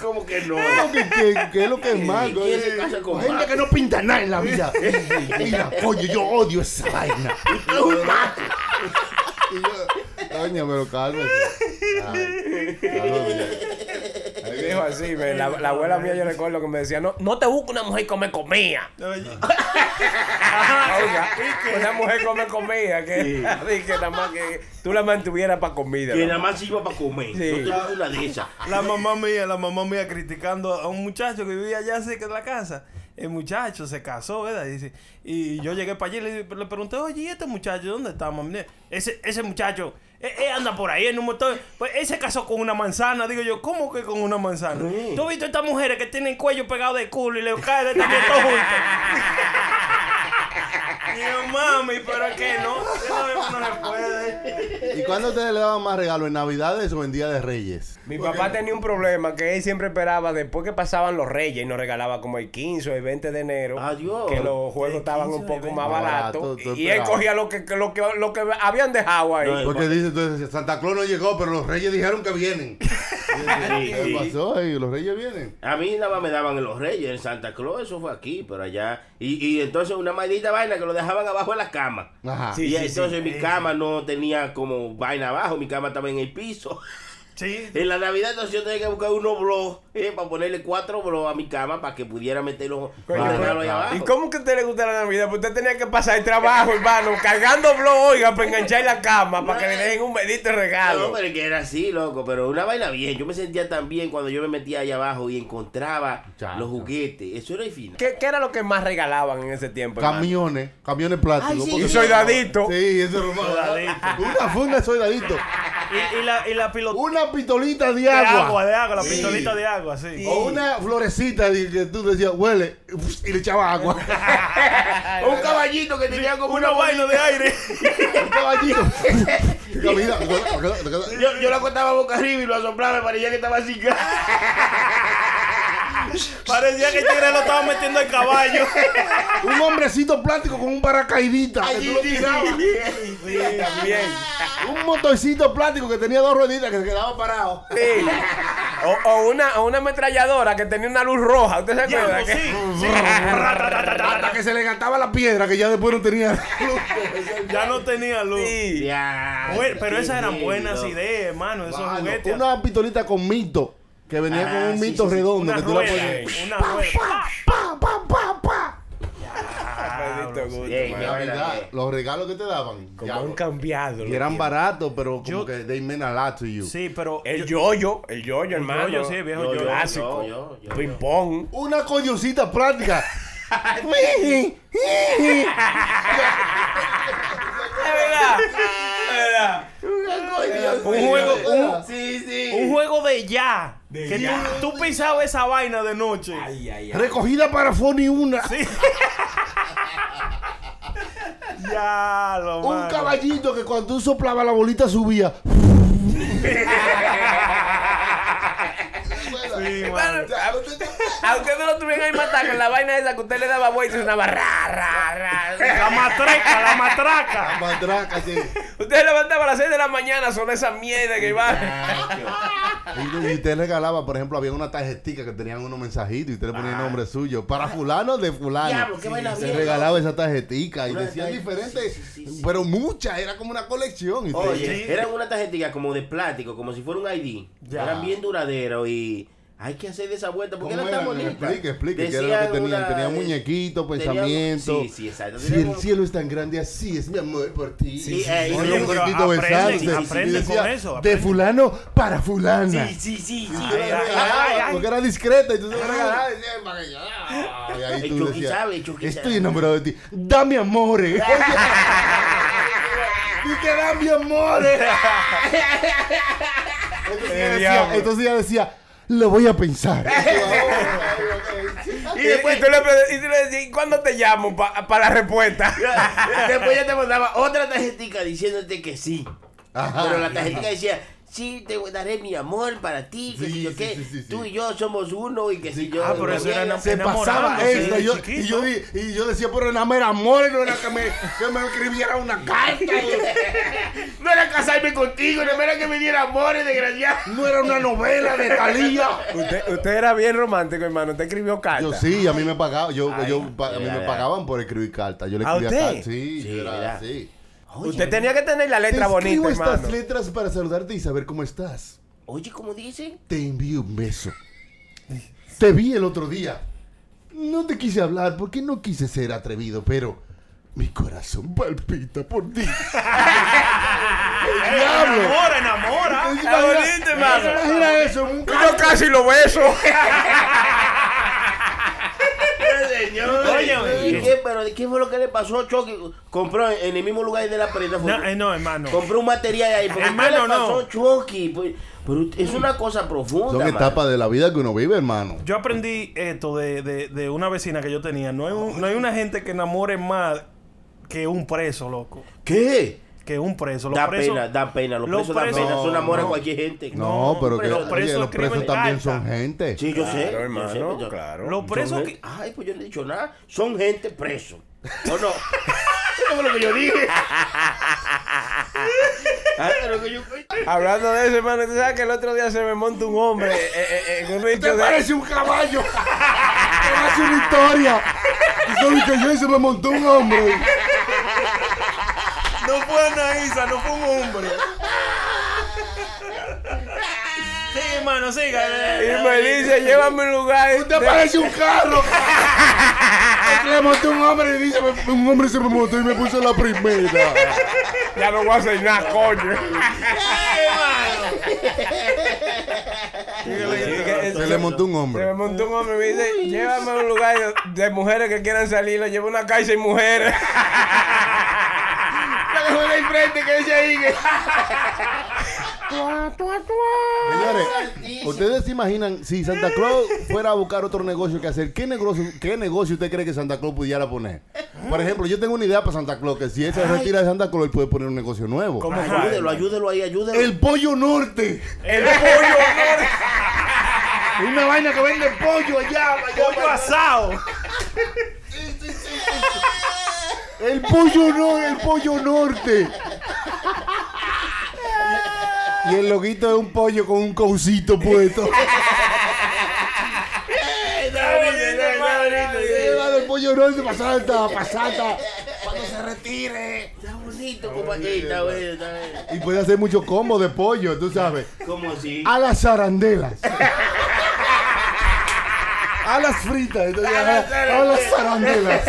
¿Cómo que no?
¿Qué, qué, qué es lo que es Maco?
¿Quién se casa con
Gente
Maco?
que no pinta nada en la vida.
[laughs]
Mira, coño, yo odio esa vaina.
Es [laughs] un maco.
Y yo, doña, pero cálmese. Ay, cálmate.
Me dijo así, ve, la, la abuela mía yo recuerdo que me decía, no, no te busques una mujer que come comida. Oiga, una mujer come comida que, [laughs] así que nada más que tú la mantuvieras para comida.
Que
¿no?
nada más sirva para comer.
Sí.
No te hagas una de esas.
La mamá mía, la mamá mía criticando a un muchacho que vivía allá cerca de la casa. El muchacho se casó, ¿verdad? Y, dice- y yo llegué para allí y le, le pregunté, oye, ¿y este muchacho dónde está, mami? Ese, ese muchacho, él, él anda por ahí en un motor. Pues él se casó con una manzana. Digo yo, ¿cómo que con una manzana? ¿Tú has visto estas mujeres que tienen el cuello pegado del culo y le cae también todo junto? [laughs] Digo, mami, pero es que no, eso no se puede.
¿Y cuándo ustedes le daban más regalos? ¿En Navidades o en Día de Reyes?
Mi papá tenía un problema que él siempre esperaba después que pasaban los reyes y nos regalaba como el 15 o el 20 de enero.
Adiós.
Que los juegos estaban
15 o
un
el
poco más
20.
baratos.
Barato, tú
y él
esperabas.
cogía lo que, lo, que, lo que habían dejado ahí.
No,
Porque dice entonces, Santa Claus no llegó, pero los Reyes dijeron que
[laughs]
vienen. ¿Qué pasó? ahí? ¿Los Reyes vienen?
A mí nada más me daban en los Reyes, en Santa Claus, eso fue aquí, pero allá. Y, y entonces una maldita vaina que lo dejaban abajo de la cama.
Ajá.
y entonces mi cama no tenía como vaina abajo, mi cama estaba en el piso. [laughs]
Sí,
En la Navidad entonces yo tenía que buscar unos blogs eh, para ponerle cuatro blogs a mi cama para que pudiera meter los
Coño,
los
pero-
regalos ahí abajo.
¿Y cómo que a usted le gusta la Navidad? Pues usted tenía que pasar el trabajo, hermano, cargando blog, oiga, para enganchar la cama, para que le dejen un medito de regalo.
No, pero es que era así, loco, pero una vaina bien. Yo me sentía tan bien cuando yo me metía allá abajo y encontraba
Chacho.
los juguetes. Eso era el final.
¿Qué, qué era lo que más regalaban en ese tiempo? hermano?
Camiones, camiones plásticos.
Pues Ay, sí.
porque-
Y soy dadito.
Sí, eso es lo más. Una funda de soldadito.
y, y la, y la pilotita.
Una pistolita de
De agua,
agua.
de agua, la pistolita de agua, sí.
O una florecita de- que tú decías, huele, y le echabas
[laughs]
agua.
Un caballito que tenía como una,
Una vaina de aire.
Un caballito.
[laughs]
Camina, acá, acá, acá.
Yo, yo lo acostaba boca arriba y lo soplaba y parecía que estaba sin gas.
Parecía que el tigre lo estaba metiendo el caballo.
[laughs] Un hombrecito plástico con un paracaidita. que tú lo tirabas.
Sí, también.
Un motorcito plástico que tenía dos rueditas que se quedaba parado.
Sí. O, o una, o una ametralladora que tenía una luz roja. ¿Usted se acuerda?
Diablo,
que-
sí.
Hasta que se le gastaba la piedra que ya después no tenía.
[laughs]
Ya no tenía luz.
Sí.
Ya,
Bueno, pero esas eran
qué
buenas
lindo.
ideas, hermano. Esos
Ah, no,
juguetes.
una pistolita con mito que venía
Ah,
con un
sí,
mito
sí, sí.
redondo
una
que tú la
rueda. Eh.
ponías.
Una rueda.
Pa, pa, pa, pa.
Maldito gusto,
Ey,
man.
ya
La
verdad,
verdad,
eh.
los regalos que te daban
Como
ya,
han cambiado.
y
los
eran
tiempos.
baratos, pero como
Yo-
que they meant a lot to you.
Sí, pero.
El yoyo, el yoyo, hermano.
yoyo, sí, viejo
yoyo.
Clásico.
Yo, yo, yo, yo.
Ping pong.
Una coyucita práctica.
Eh,
Es verdad. Es verdad.
Un juego, un,
Sí, sí.
un juego de ya. que tú, tú pisabas esa vaina de noche.
Ay, ay, ay.
Recogida para Fony una.
Ya, lo
Un
mano.
caballito que cuando tú soplabas la bolita subía.
Sí, mano.
Ya, usted-
A usted no lo tuvieron ahí matar con la vaina esa que usted le daba vuelta y sonaba ra, ra, ra.
La matreca, la matraca.
La matraca, sí.
Usted se levantaba a las 6 de la mañana, son esa mierda que iba.
[laughs] Y, y usted regalaba, por ejemplo, había una tarjetica que tenían unos mensajitos y usted le ponía el nombre suyo. Para fulano de fulano.
Ah. Diablo, qué vaina
se
bien,
regalaba esa tarjetica y
Una
decía
tarjeta,
diferentes,
sí, sí, sí, sí.
pero muchas, era como una colección. y usted-
Oye, eran una tarjetita como de plástico, como si fuera un ID. Eran bien duraderos y hay que hacer de esa vuelta porque
¿Cómo
era tan
eran?
bonita.
Explique, explique, ¿qué era lo que
Decían
tenían?
una-
Tenían muñequitos,
tenían-
pensamientos.
Sí, sí, exacto.
Si
Tenían
el
como-
cielo es tan grande, así es mi amor por ti.
Sí, eh,
Con
y-
los
pero
muñequitos
aprenden,
besándose.
aprenden
Y decía,
con eso,
De
aprenden.
fulano para fulana.
Sí, sí, sí, sí.
Yo le regalaba, Porque era discreta y tú se lo regalabas y decía, "Para que yo". Y ahí
El
tú
Chucky
decías,
sabe, el Chucky
estoy
sabe".
enamorado de ti. Dame
[laughs]
amores. Y que dame amores. Entonces ella decía,
diablo.
entonces ella decía, lo voy a
[laughs]
pensar.
Y, después tú le, pre- y tú le decías, "¿Y ¿cuándo te llamo para la respuesta?
[laughs] Después ya te mandaba otra tarjetita diciéndote que sí.
Ajá.
Pero la tarjetita decía, sí, te daré mi amor para ti, que
Sí,
si yo
sí,
qué,
sí, sí, sí.
tú y yo somos uno y que si
[laughs]
yo...
Ah, pero eso era
Mierda.
enam-
se pasaba
enamorándose
eso.
de
Y yo,
chiquito.
y, yo, di- y yo decía, pero nada más era amor, no era que me, que me escribiera una carta.
[laughs] No era casarme contigo, no era que me diera amores, desgraciado.
No era una novela de Talía.
Usted, usted era bien romántico, hermano. Usted escribió cartas.
Yo sí, a mí me pagaban, yo,
Ay,
yo, pa- a mí
ya,
me
ya.
pagaban por escribir cartas. Yo le
¿A
escribía
usted?
cartas. Sí,
Sí,
yo era
¿verdad?
así.
Usted tenía que tener la
Te
letra
escribo
bonita,
estas
hermano.
letras para saludarte y saber cómo estás.
Oye, ¿cómo dicen?
Te envío un beso. Te vi el otro día. No te quise hablar porque no quise ser atrevido, pero mi corazón palpita por ti. ¡El diablo!
Enamora, enamora.
Imagina-
Está bonito, hermano.
Imagina eso, un
Yo casi lo beso.
Señor.
Óyeme.
¿Y qué, pero de qué fue lo que le pasó a Chucky? Compró en, en el mismo lugar de la prenda. fue-
No, eh, no, hermano.
Compró un material ahí. Porque ¿qué
Hermano,
le pasó a
no.
Chucky? Pues, pero es una cosa profunda.
Son
mano.
etapas de la vida que uno vive, hermano.
Yo aprendí esto de, de- de una vecina que yo tenía. No hay, un- no hay una gente que enamore más que un preso, loco.
¿Qué?
Que un preso. Los
Da
presos-
pena, da pena. Los
los
presos dan
presos-
pena. Son amores
no.
a cualquier gente.
No,
No,
pero que
pero
oye,
los presos
los presos
escriben
también
carta.
son gente.
Sí, yo sé. yo sé,
Claro, hermano,
yo-
claro.
Los presos
Son
que-
gente- Ay, pues yo no he dicho nada. Son gente preso.
[laughs]
¿O no? Eso fue lo que yo dije. Ay, pero que yo...
Hablando de eso, hermano, tú sabes que el otro día se me monta un hombre eh, eh, eh, en un richo de...
un caballo! [laughs] ¡Te parece una historia! Y solo que yo y se me montó un hombre.
No fue Anaísa, no fue un hombre. Sí, hermano, siga.
Y me dice, llévame a un lugar.
¡Te parece un carro! Es que Le monté un hombre y dice, "Me- un hombre se me montó y me puso la primera.
Ya no voy a hacer nada, coño.
Se le montó un
Se me
hombre.
montó un hombre y me dice, llévame a un lugar de- de mujeres que quieran salir, lo llevo a una casa y mujeres. La que juega enfrente que dice ahí que...
Señores, ¿ustedes se imaginan si Santa Claus fuera a buscar otro negocio que hacer? ¿Qué negocio, qué negocio usted cree que Santa Claus pudiera poner? Por ejemplo, yo tengo una idea para Santa Claus, que si él se retira de Santa Claus, él puede poner un negocio nuevo.
Ayúdelo, ayúdelo ahí, ayúdelo.
El pollo norte.
El pollo, honor.
[laughs] Una vaina que vende pollo allá.
Pollo asado.
El pollo no, el pollo norte. Y el loguito es un pollo con un caucito [laughs] puesto. Llévalo Eh, el pollo norte para Santa, para Santa.
Está bonito, compadre. Está bueno, está bueno.
Y puede hacer muchos combos de pollo, tú sabes.
¿Cómo así?
Ah.
A las zarandelas. A las fritas. entonces, a, las zarandelas. [laughs]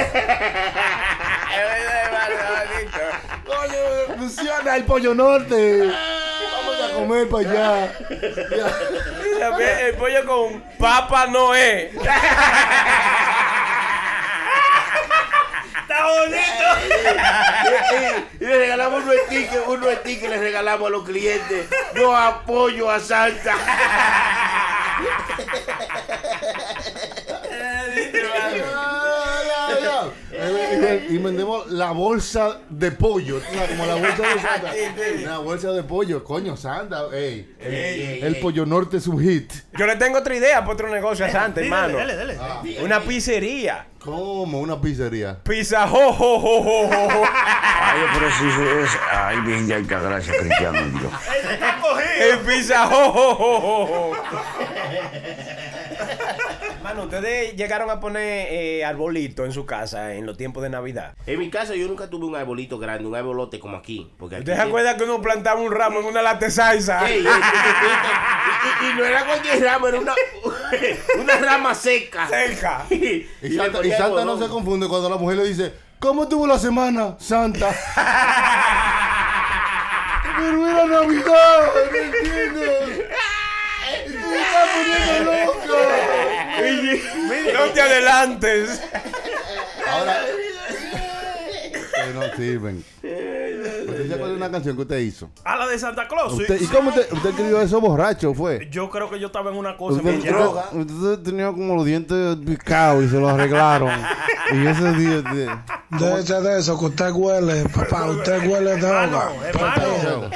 Coño, funciona el pollo norte. Vamos a comer para allá. Ya.
También El pollo con papa no es.
Está bonito.
Y le regalamos unos tickets, unos tickets le regalamos a los clientes. Yo apoyo a Santa.
[laughs]
Ya, ya. Y, el- y vendemos la bolsa de pollo. o sea, como la bolsa de Santa. [laughs] La bolsa de pollo, coño, Santa. ey. el, el pollo norte es un hit.
Yo le tengo otra idea para otro negocio a Santa,
Dile,
hermano.
dale, dale.
Una pizzería.
¿Cómo? Una pizzería.
Pizza, jo, jo, jo, jo, jo, jo.
Ay, pero si eso es. Ay, bien, ya, gracias, Cristiano. Dios.
El pizza, jo, jo, jo, jo, jo. Mano, ustedes llegaron a poner eh, arbolito en su casa en los tiempos de Navidad.
En mi casa yo nunca tuve un arbolito grande, un arbolote como aquí. Porque aquí
¿Ustedes se acuerdan que uno plantaba un ramo en una lata de
[laughs]
salsa?
Ey, ey, y, y- y no era cualquier rama, era una, [laughs] una rama seca.
Cerca.
Y,
Y
le
Santa, y
ponía
Santa no
algodón.
se confunde cuando la mujer le dice, ¿cómo tuvo la semana, Santa? Pero era Navidad, ¿me entiendes? Y tú me estás poniendo loco.
No te adelantes.
Ahora... Que no sirven. ¿Usted se acuerda de una canción que usted hizo?
A la de Santa Claus. sí.
Usted- ¿Y cómo usted, usted escribió eso borracho, fue?
Yo creo que yo estaba en una cosa.
Usted,
me
usted-
llama.
usted tenía como los dientes picados y se los [laughs] arreglaron. y ese día...
Deje de eso, que usted huele, papá, usted huele
Ah,
droga.
no, hermano.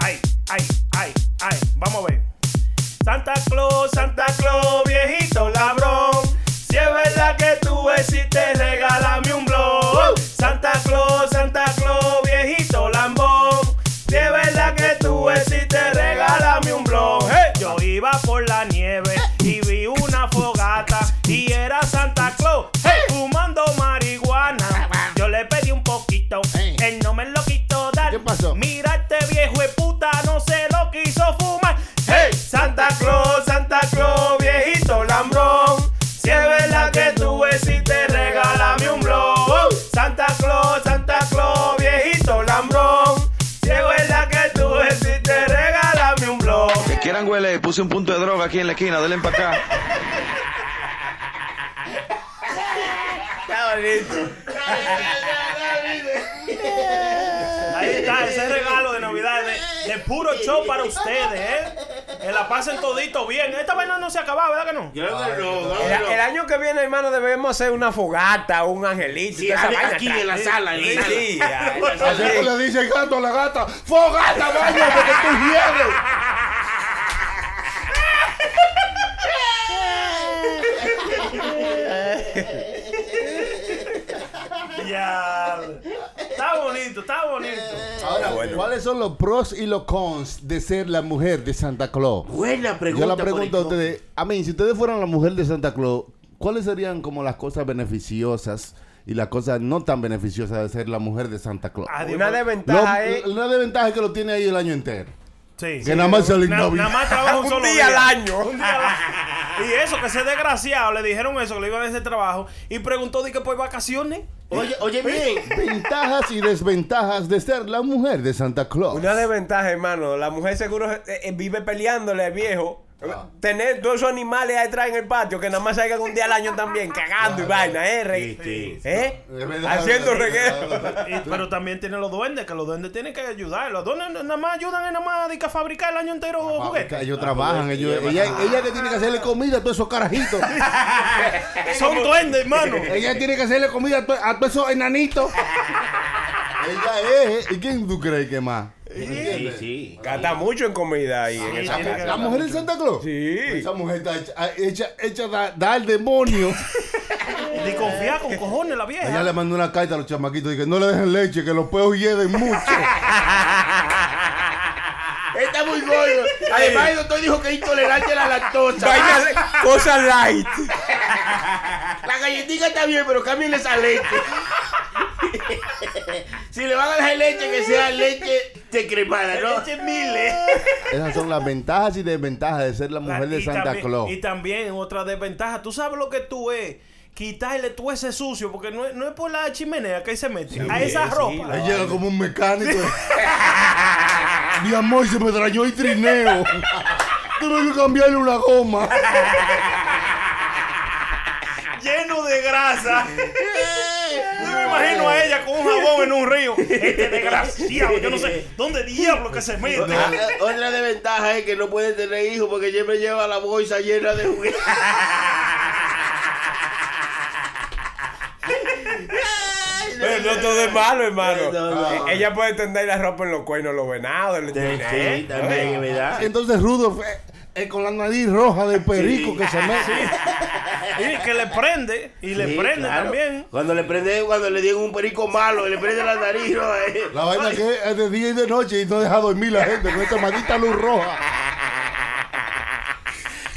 Ay, ay, ay, ay. Vamos a ver. Santa Claus, Santa Claus, viejito labrón. Si es verdad que tú existes, regálame un blog. Santa Claus, Santa Claus, viejito lambón. Si es verdad que tú existes, regálame un blog. Hey. Yo iba por la nieve y vi una fogata y era Santa Claus hey, fumando marihuana. Yo le pedí un poquito, él no me lo quitó dar.
¿Qué pasó?
Mira este viejo de puta, no se lo quiso fumar. Hey, Santa Claus, Santa Claus, viejito lambrón. Si es verdad que tú existes, regálame un blog. Santa Claus, Santa Claus, viejito lambrón. Si es verdad que tú existes, regálame un blog.
[laughs] Quieran huele, puse un punto de droga aquí en la esquina, denle para acá.
Está bonito.
Ahí está, ese regalo de Navidad de, de puro show para ustedes, ¿eh? Que la pasen todito bien. Esta vaina no se acaba, ¿verdad que no?
Yo creo que no, no,
El,
no.
el año que viene, hermano, debemos hacer una fogata, un angelito.
Sí,
toda esa
ale-
vaina
aquí
atrás.
en la sala, en
Sí,
la
sí,
sala. [laughs]
ay, la sala.
Así que le dice el gato a la gata, ¡Fogata, vaya, porque tú hieres!
Ya. Está bonito, está bonito.
Ahora, ¿cuáles son los pros y los cons de ser la mujer de Santa Claus?
Buena pregunta.
Yo la pregunto a
Corinto.
ustedes, a mí, si ustedes fueran la mujer de Santa Claus, ¿cuáles serían como las cosas beneficiosas y las cosas no tan beneficiosas de ser la mujer de Santa Claus?
Ah,
Una
Lo-
desventaja ¿eh? es.
Una desventaja es que lo tiene ahí el año entero.
Sí.
Que nada más sale
Na-
Navidad.
Nada más
[laughs]
trabaja un,
Un
solo
día al año.
Un día al año. [laughs] Y eso, que ese desgraciado le dijeron eso, que le iban a ese trabajo. Y preguntó, di que por vacaciones.
Oye,
¿Eh? [laughs]
oye bien.
Ventajas y desventajas de ser la mujer de Santa Claus.
Una desventaja, hermano. La mujer seguro eh, eh, vive peleándole, viejo. Tener todos esos animales ahí atrás en el patio que nada más salgan un día al año también, cagando y vaina, ¿eh? Re-
Sí, sí.
¿Eh?
Es verdad,
Haciendo
es verdad,
reguero.
es verdad.
Y- pero también tiene los duendes, que los duendes tienen que ayudar. Los duendes nada más ayudan en nada más di que a fabricar el año entero
Porque
juguetes.
Ellos trabajan, ellos, ella, ella que tiene que hacerle comida a todos esos carajitos.
[laughs] Son duendes,
[laughs]
hermano.
ella tiene que hacerle comida a to- a todos esos enanitos. ella es, ¿y quién tú crees que más?
Sí, sí.
Gasta mucho en comida ahí en esa
tiene que
casa.
¿La mujer en Santa Claus?
Sí.
Esa mujer está hecha, hecha, hecha da- da al demonio.
Ni confía con cojones la
[laughs]
vieja.
Ella le mandó una carta a los chamaquitos y que no le dejen leche, que los peos hieden mucho.
Está muy gordo. Además, el doctor dijo que es intolerante a la lactosa.
Vaina de- cosas light.
[laughs] La galletita está bien, pero cámbienle esa leche. [laughs] si le van a dejar leche, que sea leche decremada, ¿no?
Leche miles.
Esas son las ventajas y desventajas de ser la mujer de
Y
Santa
también-
Claus.
Y también otra desventaja, tú sabes lo que tú es. Quitarle tú ese sucio, porque no es, no es por la chimenea que ahí se mete. a esa
sí,
ropa.
Ahí llega como un mecánico. [laughs] Mi amor, se me dañó el [laughs] trineo. Tuve que cambiarle una goma.
lleno de grasa. Yo me imagino a ella con un jabón en un río. Este desgraciado, yo no sé dónde diablo que se mete.
Ah, ah, Otra desventaja es que no puede tener hijos porque siempre lleva la bolsa llena de juguetes.
Pero no todo es malo, hermano. Eh, Ella puede tender la ropa en los cuernos, los venados, el ¿Eh?
[laughs] sí, también, es
[laughs]
verdad.
Entonces Rudolf eh, eh, con la nariz roja de perico que se mete.
Y que le prende. Y le
Sí,
prende
claro.
también.
Cuando le prende, cuando le digo un perico malo, le prende la nariz. ¿no? [laughs] Eh.
La vaina que es de día y de noche y no deja dormir la gente con esta maldita luz roja.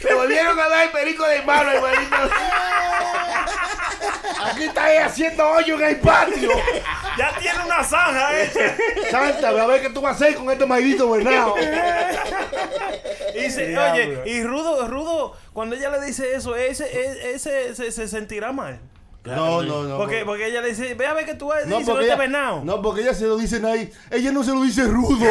Le volvieron a dar el perico de malo, hermanito. Aquí está él haciendo hoyo en el patio.
Ya tiene una zanja hecha.
Santa, a ver qué tú vas a hacer con este maldito venado.
Y se-
[laughs] Diablo.
oye, y Rudo, Rudo, cuando ella le dice eso, ese, e- ese, se- se sentirá mal.
No, no, no.
porque, porque ella le dice, ve a ver que tú vas
No,
no,
porque
este
ella,
venado.
no, porque ella se lo dice ahí. Ella no se lo dice
[laughs]
rudo.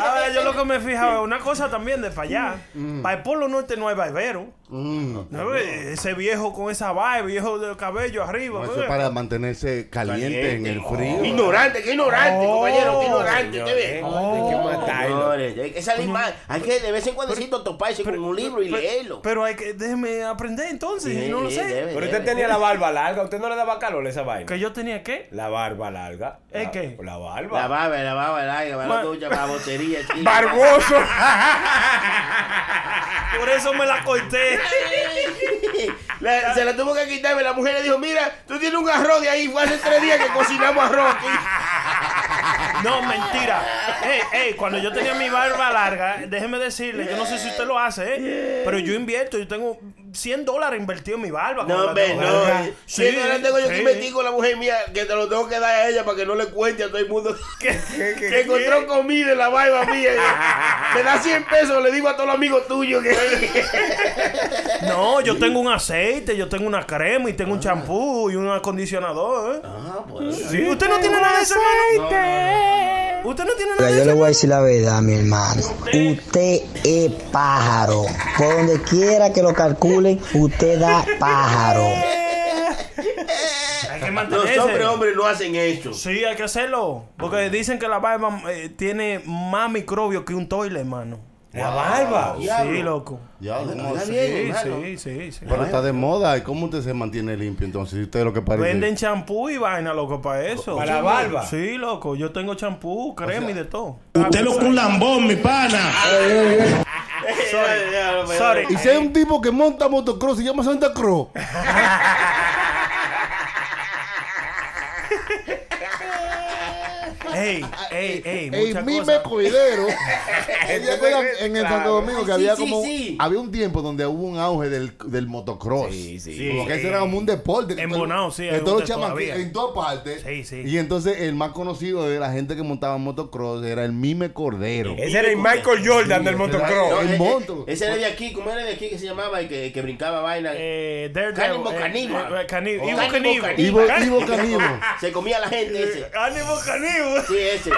Ahora Ah, yo lo que me fijaba es una cosa también de para allá.
Mm.
Para el Polo Norte no hay barbero. No, eh, Ese viejo con esa barba, viejo de cabello arriba.
Eso es
eh.
para mantenerse caliente en el frío.
Ignorante, qué ignorante,
Oh,
compañero, qué ignorante.
señor,
¿Usted ve?
eh,
Oh,
hay que matarlo.
Señores, hay que salir mal. Hay que de vez en cuando siento toparse con un libro y
pero-
leerlo.
Pero hay que, déjeme aprender entonces,
Sí,
no lo
sí,
sé. este
debe.
Pero usted tenía la barba larga, ¿usted no le daba calor a esa vaina?
Que yo tenía que.
La barba larga.
¿El
La-
qué?
La
La
barba.
baba, la baba, la baba, la
Ma-
ducha,
[laughs]
babotería, chico.
¡Barboso!
Por eso me la corté.
[laughs] La- se la tuvo que quitarme. La mujer le dijo: Mira, tú tienes un arroz de ahí. Fue hace tres días que cocinamos arroz aquí.
No, mentira. Ey, ey, cuando yo tenía mi barba larga, déjeme decirle, yo no sé si usted lo hace, eh, pero yo invierto, yo tengo 100 dólares invertido en mi barba.
No,
cuando la
hombre,
tengo
no.
larga.
eh. Sí, no la tengo yo que
sí.
invertir con la mujer mía, que te lo tengo que dar a ella para que no le cuente a todo el [laughs] mundo que, que encontró comida en la barba mía. [laughs] Me da 100 pesos, le digo a todos los amigos tuyos que.
No, yo tengo un aceite, yo tengo una crema y tengo un champú y un acondicionador. ¿eh? Sí, usted no tiene nada de eso, hermano. Usted no tiene nada
Mira,
de
yo le
eso.
voy a decir la verdad, mi hermano. Usted es pájaro. Por donde quiera que lo calculen, usted da pájaro.
Hay que
[laughs] Los
mantenerse.
hombres, hombres, no hacen eso.
Sí, hay que hacerlo. Porque dicen que la barba eh, tiene más microbios que un toile, hermano.
La barba.
Sí, loco.
Ya, no,
Está
sí.
bien,
Sí,
hermano.
sí, sí, sí.
Pero está de moda. ¿Y cómo usted se mantiene limpio entonces? Si usted lo que parece.
Venden champú y vaina, loco, para eso.
¿Para la barba?
Sí, loco. Yo tengo champú, crema y de todo.
Usted lo que un lambón, mi pana.
Sorry.
Y si hay un tipo que monta motocross, se llama Santa Cruz.
Ey, ey, ey.
El
muchas
mime
cosas.
cuidero. Ella acuerda en el Santo Domingo que
Ay, sí,
había
sí,
como
sí.
había un tiempo donde hubo un auge del, del motocross.
Sí, sí.
Como que eso era como un deporte. que
En
todo-
Bonao, sí,
que
hay
todos
un
los
de-
chamaquitos-
todavía.
en todas partes.
Sí, sí.
Y entonces el más conocido de la gente que montaba motocross era el mime cordero.
Ese era el Michael Jordan del
No,
motocross.
el
eh, eh,
monstruo.
Ese era de aquí, ¿cómo era de aquí que se llamaba? El que, que brincaba vaina.
Eh, Daredevil,
Cannibal
eh,
Caníbal.
eh, Caníbal.
Oh.
Ivo
Cannibal
Caníbal.
Ivo,
Caníbal.
Ivo Caníbal.
[laughs] Se comía la gente ese.
Cannibal Caníbal.
Sí, ese.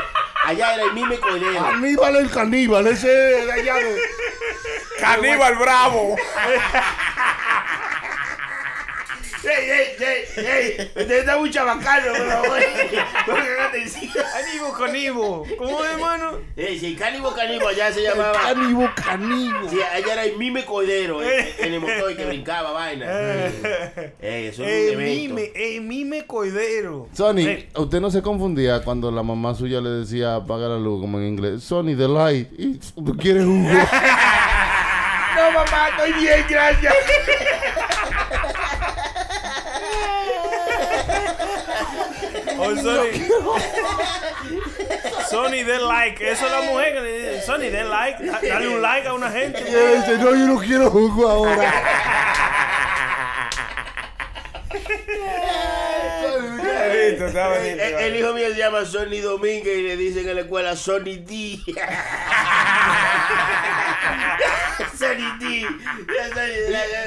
Allá era el mime cordero.
Caníbal el caníbal, ese de allá de-
Caníbal Bravo.
¡Ey, ey, ey! ¡Ey! Usted está muy chabacano, [laughs] por favor. Pongan atención.
Caníbal, Caníbal. ¿Cómo es, hermano?
Ey, sí, Cánibo Cánibo allá se llamaba.
Caníbal, caníbal.
Sí, allá era el mime cordero eh, en el motor que brincaba vaina. Ey, eso es
Eh. El
un
Eh, mime,
evento. Eh,
el mime coidero.
Sony,
Ey,
usted no se confundía cuando la mamá suya le decía apaga la luz, como en inglés. Sony, the light. Y tú quieres jugo.
No, mamá, estoy bien, gracias.
oh,
[laughs]
Sony. Sony, den like. Eso es la mujer que le dice. Sony, den like. Da- Dale un like a una gente.
Y él dice, no, yo no quiero jugo [laughs] ahora.
Listo, está
El,
bonito.
eh, el hijo mío se llama Sonny Domínguez y le dicen en la escuela Sonny D. [laughs] Sonny D. Ya soy- ya- ya-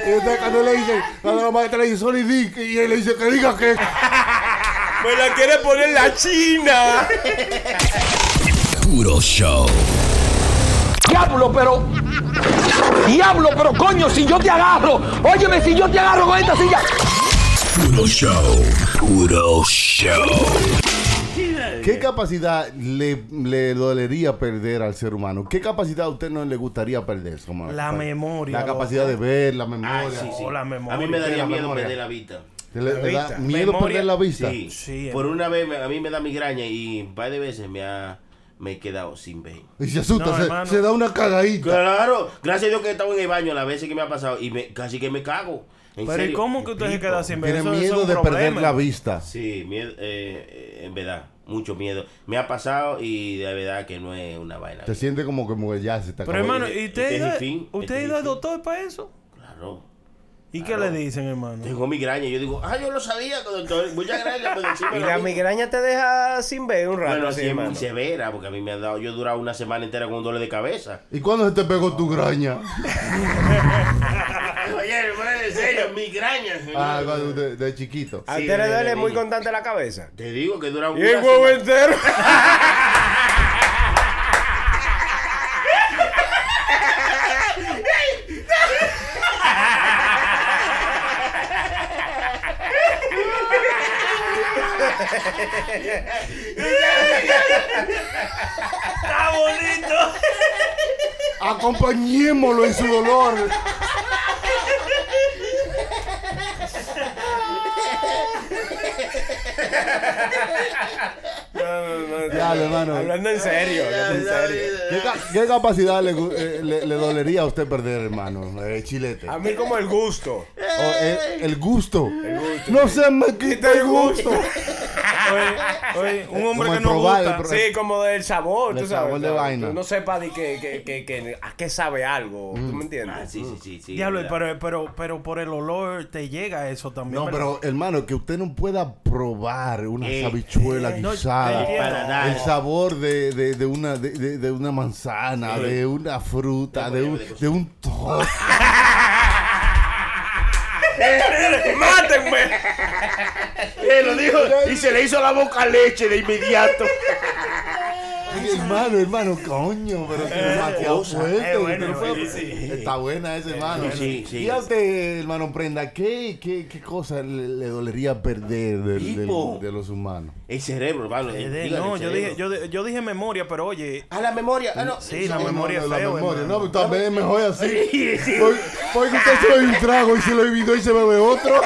Y usted cuando le dice, cuando la maestra le dice, Sony Dick, y él le dice que diga que.
Me la quiere poner la China.
Puro show.
Diablo, pero. Diablo, pero coño, si yo te agarro. Óyeme, si yo te agarro con esta silla.
Puro show. Puro show.
¿Qué capacidad le, le dolería perder al ser humano? ¿Qué capacidad a usted no le gustaría perder? como-
La
como-
memoria,
La
loco.
capacidad de ver, la memoria.
Ay, sí, sí.
Oh, la memoria.
A mí me daría
La
miedo
memoria.
perder la vista.
¿Te le- te da miedo perder la vista?
Sí.
Sí, eh.
Por
hermano.
una vez me- a mí me da migraña y un par de veces me ha me he quedado sin ver.
Y se asusta, se- se da una cagadita.
Claro, gracias a Dios que estaba en el baño las veces que me ha pasado y me, casi que me cago. En
Pero ¿y
serio.
cómo que usted se queda sin ver?
Tiene
Eso- eso es
miedo
un
de
problema.
perder la vista.
Sí, miedo, eh, eh, en verdad, mucho miedo. Me ha pasado y de verdad que no es una vaina.
Se siente como que como que ya se está
Pero
acabando.
hermano, ¿y usted,
Este es
ha ido-
el fin,
usted
este
ha
es
ido al doctor para eso?
Claro.
¿Y qué le dicen, hermano?
Tengo migraña. Yo digo, ah, yo lo sabía, doctor. Muchas
[laughs]
gracias por decirme.
Y la migraña te deja sin ver un rato.
Bueno,
así,
así es muy
hermano.
severa, porque a mí me ha dado, yo he durado una semana entera con un dolor de cabeza.
¿Y cuándo se te pegó tu graña?
[laughs] Oye, hermano, en serio, migraña.
Ah, cuando de, de chiquito.
¿A usted le duele muy constante la cabeza?
Te digo que dura un
¿Y el huevo entero?
Está bonito.
Acompañémoslo en su dolor. Ya, hermano.
Hablando en serio, hablando en serio.
¿Qué, ca- qué capacidad le, gu- eh, le- le dolería a usted perder, hermano? Eh, chilete.
A mí como el gusto.
O, eh, el gusto. No se me quita el gusto.
Oye, un hombre
Como
que
el
no
probar, el
gusta.
pro-
Sí, como del sabor,
Del
tú sabes.
sabor de
tú
vaina.
No sepa de que, que, que, que- a qué sabe algo, ¿tú
Mm.
me entiendes?
Ah, sí, sí, sí. sí
Diablo,
es
pero,
verdad.
pero, pero por el olor te llega eso también.
No,
¿verdad?
pero hermano, que usted no pueda probar una
Eh,
habichuela
eh, no,
guisada,
eh, paladar.
el sabor de, de- de una, de, de- de una manzana,
Eh.
de una fruta, de un, de un to-
[laughs]
[laughs] ¡Mátenme!
Él lo dijo y se le hizo la boca leche de inmediato.
Ay, hermano, hermano, coño, pero que demasiado
Eh, cosa.
fuerte,
Eh,
usted
bueno,
no puede-
sí, sí. Eh,
Está buena esa, hermano.
sí, sí.
Y a usted, hermano Prenda, ¿qué, qué, qué cosa le, le dolería perder del- del-
Hipo.
de los humanos?
El cerebro, hermano.
Eh,
el-
de-
dígale,
no,
el
yo
cerebro.
dije, yo, de- yo dije memoria, pero oye.
Ah, la memoria. Ah, no. [laughs]
Sí, la
No,
memoria
no,
es
la
feo,
memoria.
hermano.
No, pero también es mejor así. Porque- Porque usted se bebe un trago y se lo olvidó y se bebe otro.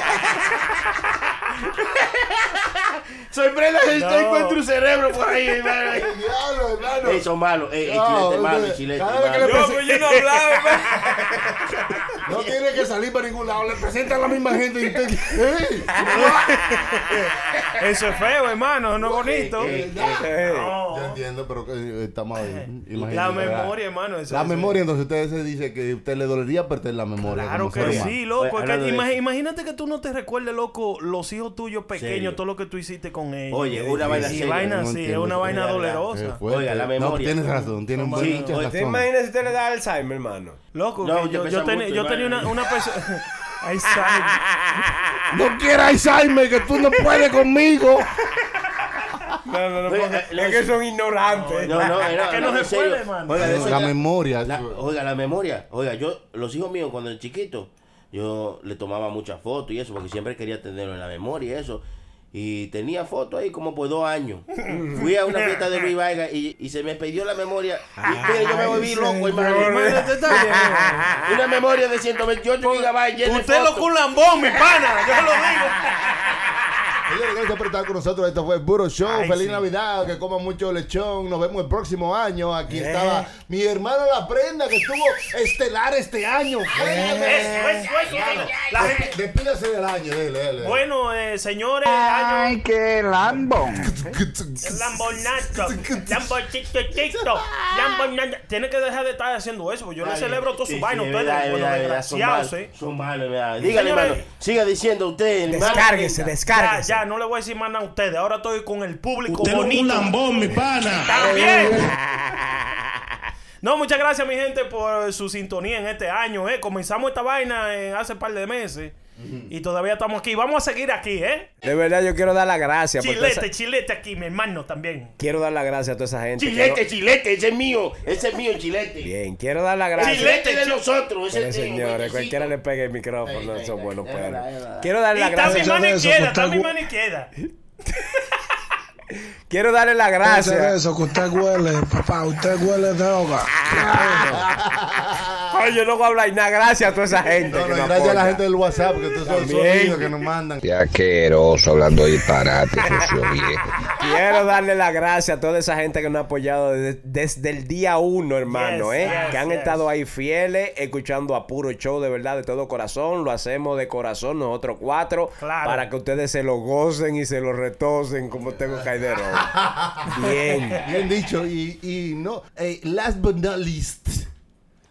Soy Brenda,
No.
estoy encuentro un cerebro por ahí, hermano.
Diablo, hermano.
Eso es malo. Eh, el
No,
chilete es malo,
usted-
el chilete.
cada vez que le
es malo.
pues,
presen- [laughs] No tiene que salir para ningún lado. Le presentan a la misma gente y usted.
[laughs]
¡Ey!
Eso es feo, hermano, no es bonito. Eh,
Yo entiendo, pero eh, estamos ahí. Imagínate, ¿verdad?
La memoria, pues, hermano. eso-
La
eso-
memoria, entonces usted se dice que a usted le dolería perder la memoria.
Claro
como ser
que
humano.
sí, loco.
Oye,
es que
hablando de
imag-
eso.
imagínate que tú no te recuerdes, loco, los hijos tuyos pequeños,
Serio.
todo lo que tú hiciste con ellos. Eh,
Oye, una vaina
sí,
seria.
vaina
No
así, es
entiendo
una
eso.
vaina
Mira, mira.
Eh,
dolorosa.
fuerte.
Oiga, la
No,
memoria.
tienes razón, tienes
Sí,
mucha
oye,
¿Te
razón.
imaginas si te le da Alzheimer, hermano?
Loco,
No,
que yo,
yo
yo
pesa
tenía-
mucho,
yo tenía
hermano.
una, una [laughs] persona.
[laughs]
Ahí sale.
No quieras Alzheimer, que tú no puedes conmigo.
No, no, no,
Oye,
porque-
eh,
es que son ignorantes.
No, eh. no, era,
Que no
en
se
serio.
puede, hermano.
Oiga, de eso
la
ya-
memoria.
La- oiga, la memoria. Oiga, yo, los hijos míos cuando eran chiquitos, yo le tomaba muchas fotos y eso, porque siempre quería tenerlo en la memoria y eso. Y tenía fotos ahí como por dos años. Fui a una fiesta de Luis Vaiga y, y se me perdió la memoria. Y mire, yo me volví loco, hermano.
Hermano, usted está
[laughs]
bien.
Una memoria de 128 gigabytes llena de
Usted lo
fotos.
culambón, mi pana. Yo lo digo.
Señores, gracias por estar con nosotros. Esto fue el Puro Show.
Ay,
Feliz
sí.
Navidad, que coman mucho lechón. Nos vemos el próximo año.
Eh.
Aquí estaba mi hermana La Prenda, que estuvo estelar este año.
Eso, eso, eso. Eh. La gente-
Despídase del año, dele, dele.
pues, Bueno, eh, señores, año
Ay, qué lambón.
[laughs]
Lambonato, Lambochito, chito, Lambonana. Tiene que dejar de estar haciendo eso, porque yo le celebro todo su
Sí,
vaina.
sí,
Ustedes,
verdad,
bueno,
verdad, verdad, son malos,
desgraciados, eh.
son malos, verdad. Dígale,
Señores.
hermano, siga diciendo usted, hermano.
Descárguese,
Ya,
descárguese.
ya, no le voy a decir más nada a ustedes. Ahora estoy con el público
Usted no es
bonito.
un lambón, mi pana.
También. [laughs] No, muchas gracias, mi gente, por su sintonía en este año, eh. Comenzamos esta vaina eh, hace par de meses. Y todavía estamos aquí. Vamos a seguir aquí, ¿eh?
De verdad, yo quiero dar las gracias. porque esa-
Chilete, chilete aquí, mi hermano también.
Quiero dar las gracias a toda esa gente.
Chilete,
Quiero-
chilete, ese es mío, ese es mío, chilete.
Bien, quiero dar las gracias.
Chile-
Chilete de nosotros, ese
Mire,
es Eh,
señores, cualquiera le pegue el micrófono,
Ey,
eso
ey,
bueno,
ey, ey, ey,
pero.
ey.
Quiero dar
Y
las
está mi
gracias.
mano
de eso,
izquierda,
pues,
está
está
mi
gu-
mano izquierda.
Quiero darle las
Ese
gracias.
beso que usted huele, papá, usted huele droga.
[laughs] Ay, yo no voy a hablar nada. Gracias a toda esa gente. que nos
Gracias a la
apoya.
gente del WhatsApp, que estos son
También.
sonidos que nos mandan.
Qué asqueroso hablando disparate, sucio viejo.
Quiero darle las gracias a toda esa gente que nos ha apoyado de- desde el día uno, hermano,
Yes,
¿eh?
yes,
que han
yes.
estado ahí fieles, escuchando a puro show de verdad, de todo corazón. Lo hacemos de corazón nosotros cuatro,
Claro.
para que ustedes se lo gocen y se lo retocen como tengo
[laughs]
caidero. Bien.
Bien dicho. Y, y no, eh, last but not least,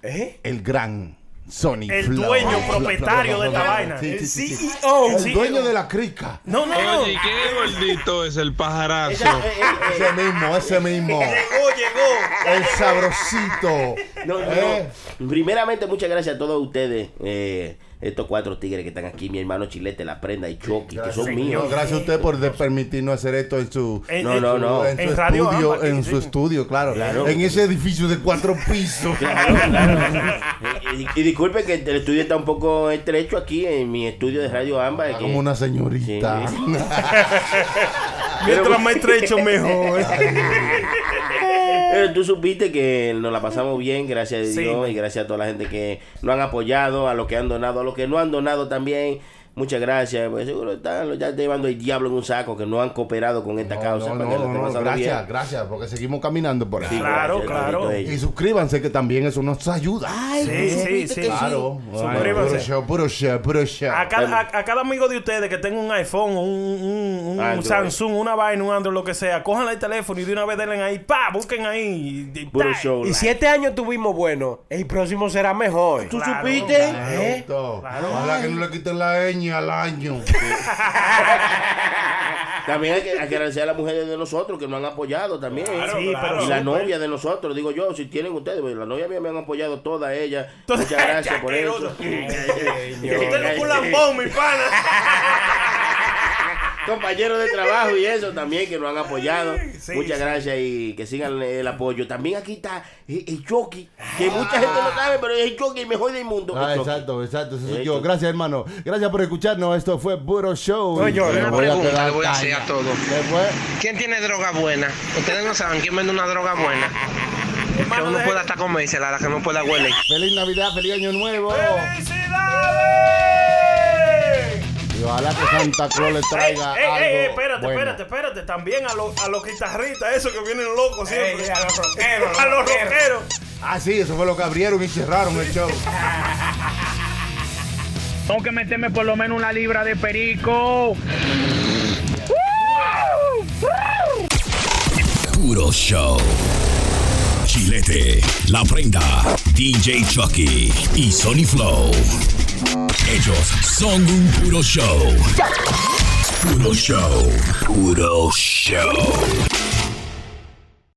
¿Eh?
el gran Sony
El
Flow.
dueño,
Flow,
propietario
Flow,
de esta
Flow,
vaina.
Sí,
El E
sí, sí, sí.
CEO.
El dueño de la crica.
No, no, no.
Oye,
Ah,
qué gordito es el pajarazo.
eh,
Ese mismo, ese
[laughs]
mismo.
Llegó, llegó.
El sabrosito.
No, no,
Eh.
no. Primeramente, muchas gracias a todos ustedes. eh, estos cuatro tigres que están aquí, mi hermano Chilete, La Prenda y Chucky, que son míos.
No, gracias a usted por de- permitirnos hacer esto en su,
En- No, no, no.
en su
en Radio
estudio,
Ámbar,
en
sí,
su
sí.
estudio, claro,
Claro.
en ese edificio de cuatro pisos.
Y, y disculpe que el estudio está un poco estrecho aquí en mi estudio de Radio Ámbar. que-
Como una señorita. [laughs]
Pero-
Mientras más estrecho, mejor.
Pero tú supiste que nos la pasamos bien, gracias a
Sí.
Dios y gracias a toda la gente que nos han apoyado, a los que han donado, a los que no han donado también. Muchas gracias. Pues seguro están ya llevando el diablo en un saco que no han cooperado con esta causa.
No,
para
no,
que la
no,
estén
no,
pasando
gracias,
bien.
gracias, porque seguimos caminando por ahí.
Sí, Claro, gracias, claro. bendito
Y
ellos.
suscríbanse que también eso nos ayuda.
Sí, sí, sí.
Claro.
Suscríbanse.
Puro show, puro show, puro show.
A cada, a- a cada amigo de ustedes que tenga un iPhone, un, un- un
Android.
Samsung, una vaina, un Android, lo que sea, cojan el teléfono y de una vez denle ahí, pa, busquen ahí. y- y-
Puro
ta.
show, Y si este año tuvimos bueno, el próximo será mejor.
¿Tú supiste?
¿Eh?
Exacto. Ojalá que no le quiten la ñ al año.
También hay que, hay que agradecer a las mujeres de nosotros que nos han apoyado también.
Claro, Sí, claro. pero
y la
súper.
novia de nosotros, digo yo, si tienen ustedes, pues, la novia mía me han apoyado todas ellas. Muchas gracias por eso. [laughs]
Usted no fue un lambón, mi pana.
compañeros de trabajo y eso también que nos han apoyado.
Sí,
Muchas
sí.
gracias y que sigan el apoyo. También aquí está el, el Chucky,
Ah.
que mucha gente no sabe, pero es el Chucky el mejor del mundo.
Ah,
el Chucky.
exacto, exacto, eso soy
Eh,
yo.
Chucky.
Gracias, hermano. Gracias por escucharnos. Esto fue Puro Show.
No
Y
llores.
me
Una
voy a
pregunta
quedar
le voy a hacer
callado.
a todos.
Después-
¿Quién tiene droga buena? Ustedes no saben quién vende una droga buena. Que uno pueda hasta comérsela, la que no pueda huele.
Feliz Navidad, feliz Año Nuevo. Y ojalá que Santa Claus le
Ey,
traiga
ey,
algo
ey, espérate,
bueno.
espérate, espérate. También a los a los guitarristas, esos que vienen locos siempre.
Ey, a los rockeros,
A los
los rockeros.
rockeros.
Ah, sí, eso fue lo que abrieron y cerraron el show.
Tengo que meterme por lo menos una libra de perico.
Puro Show. Chilete, La Prenda, DJ Chucky y Sony Flow. Ellos son un puro show. Puro show. Puro show.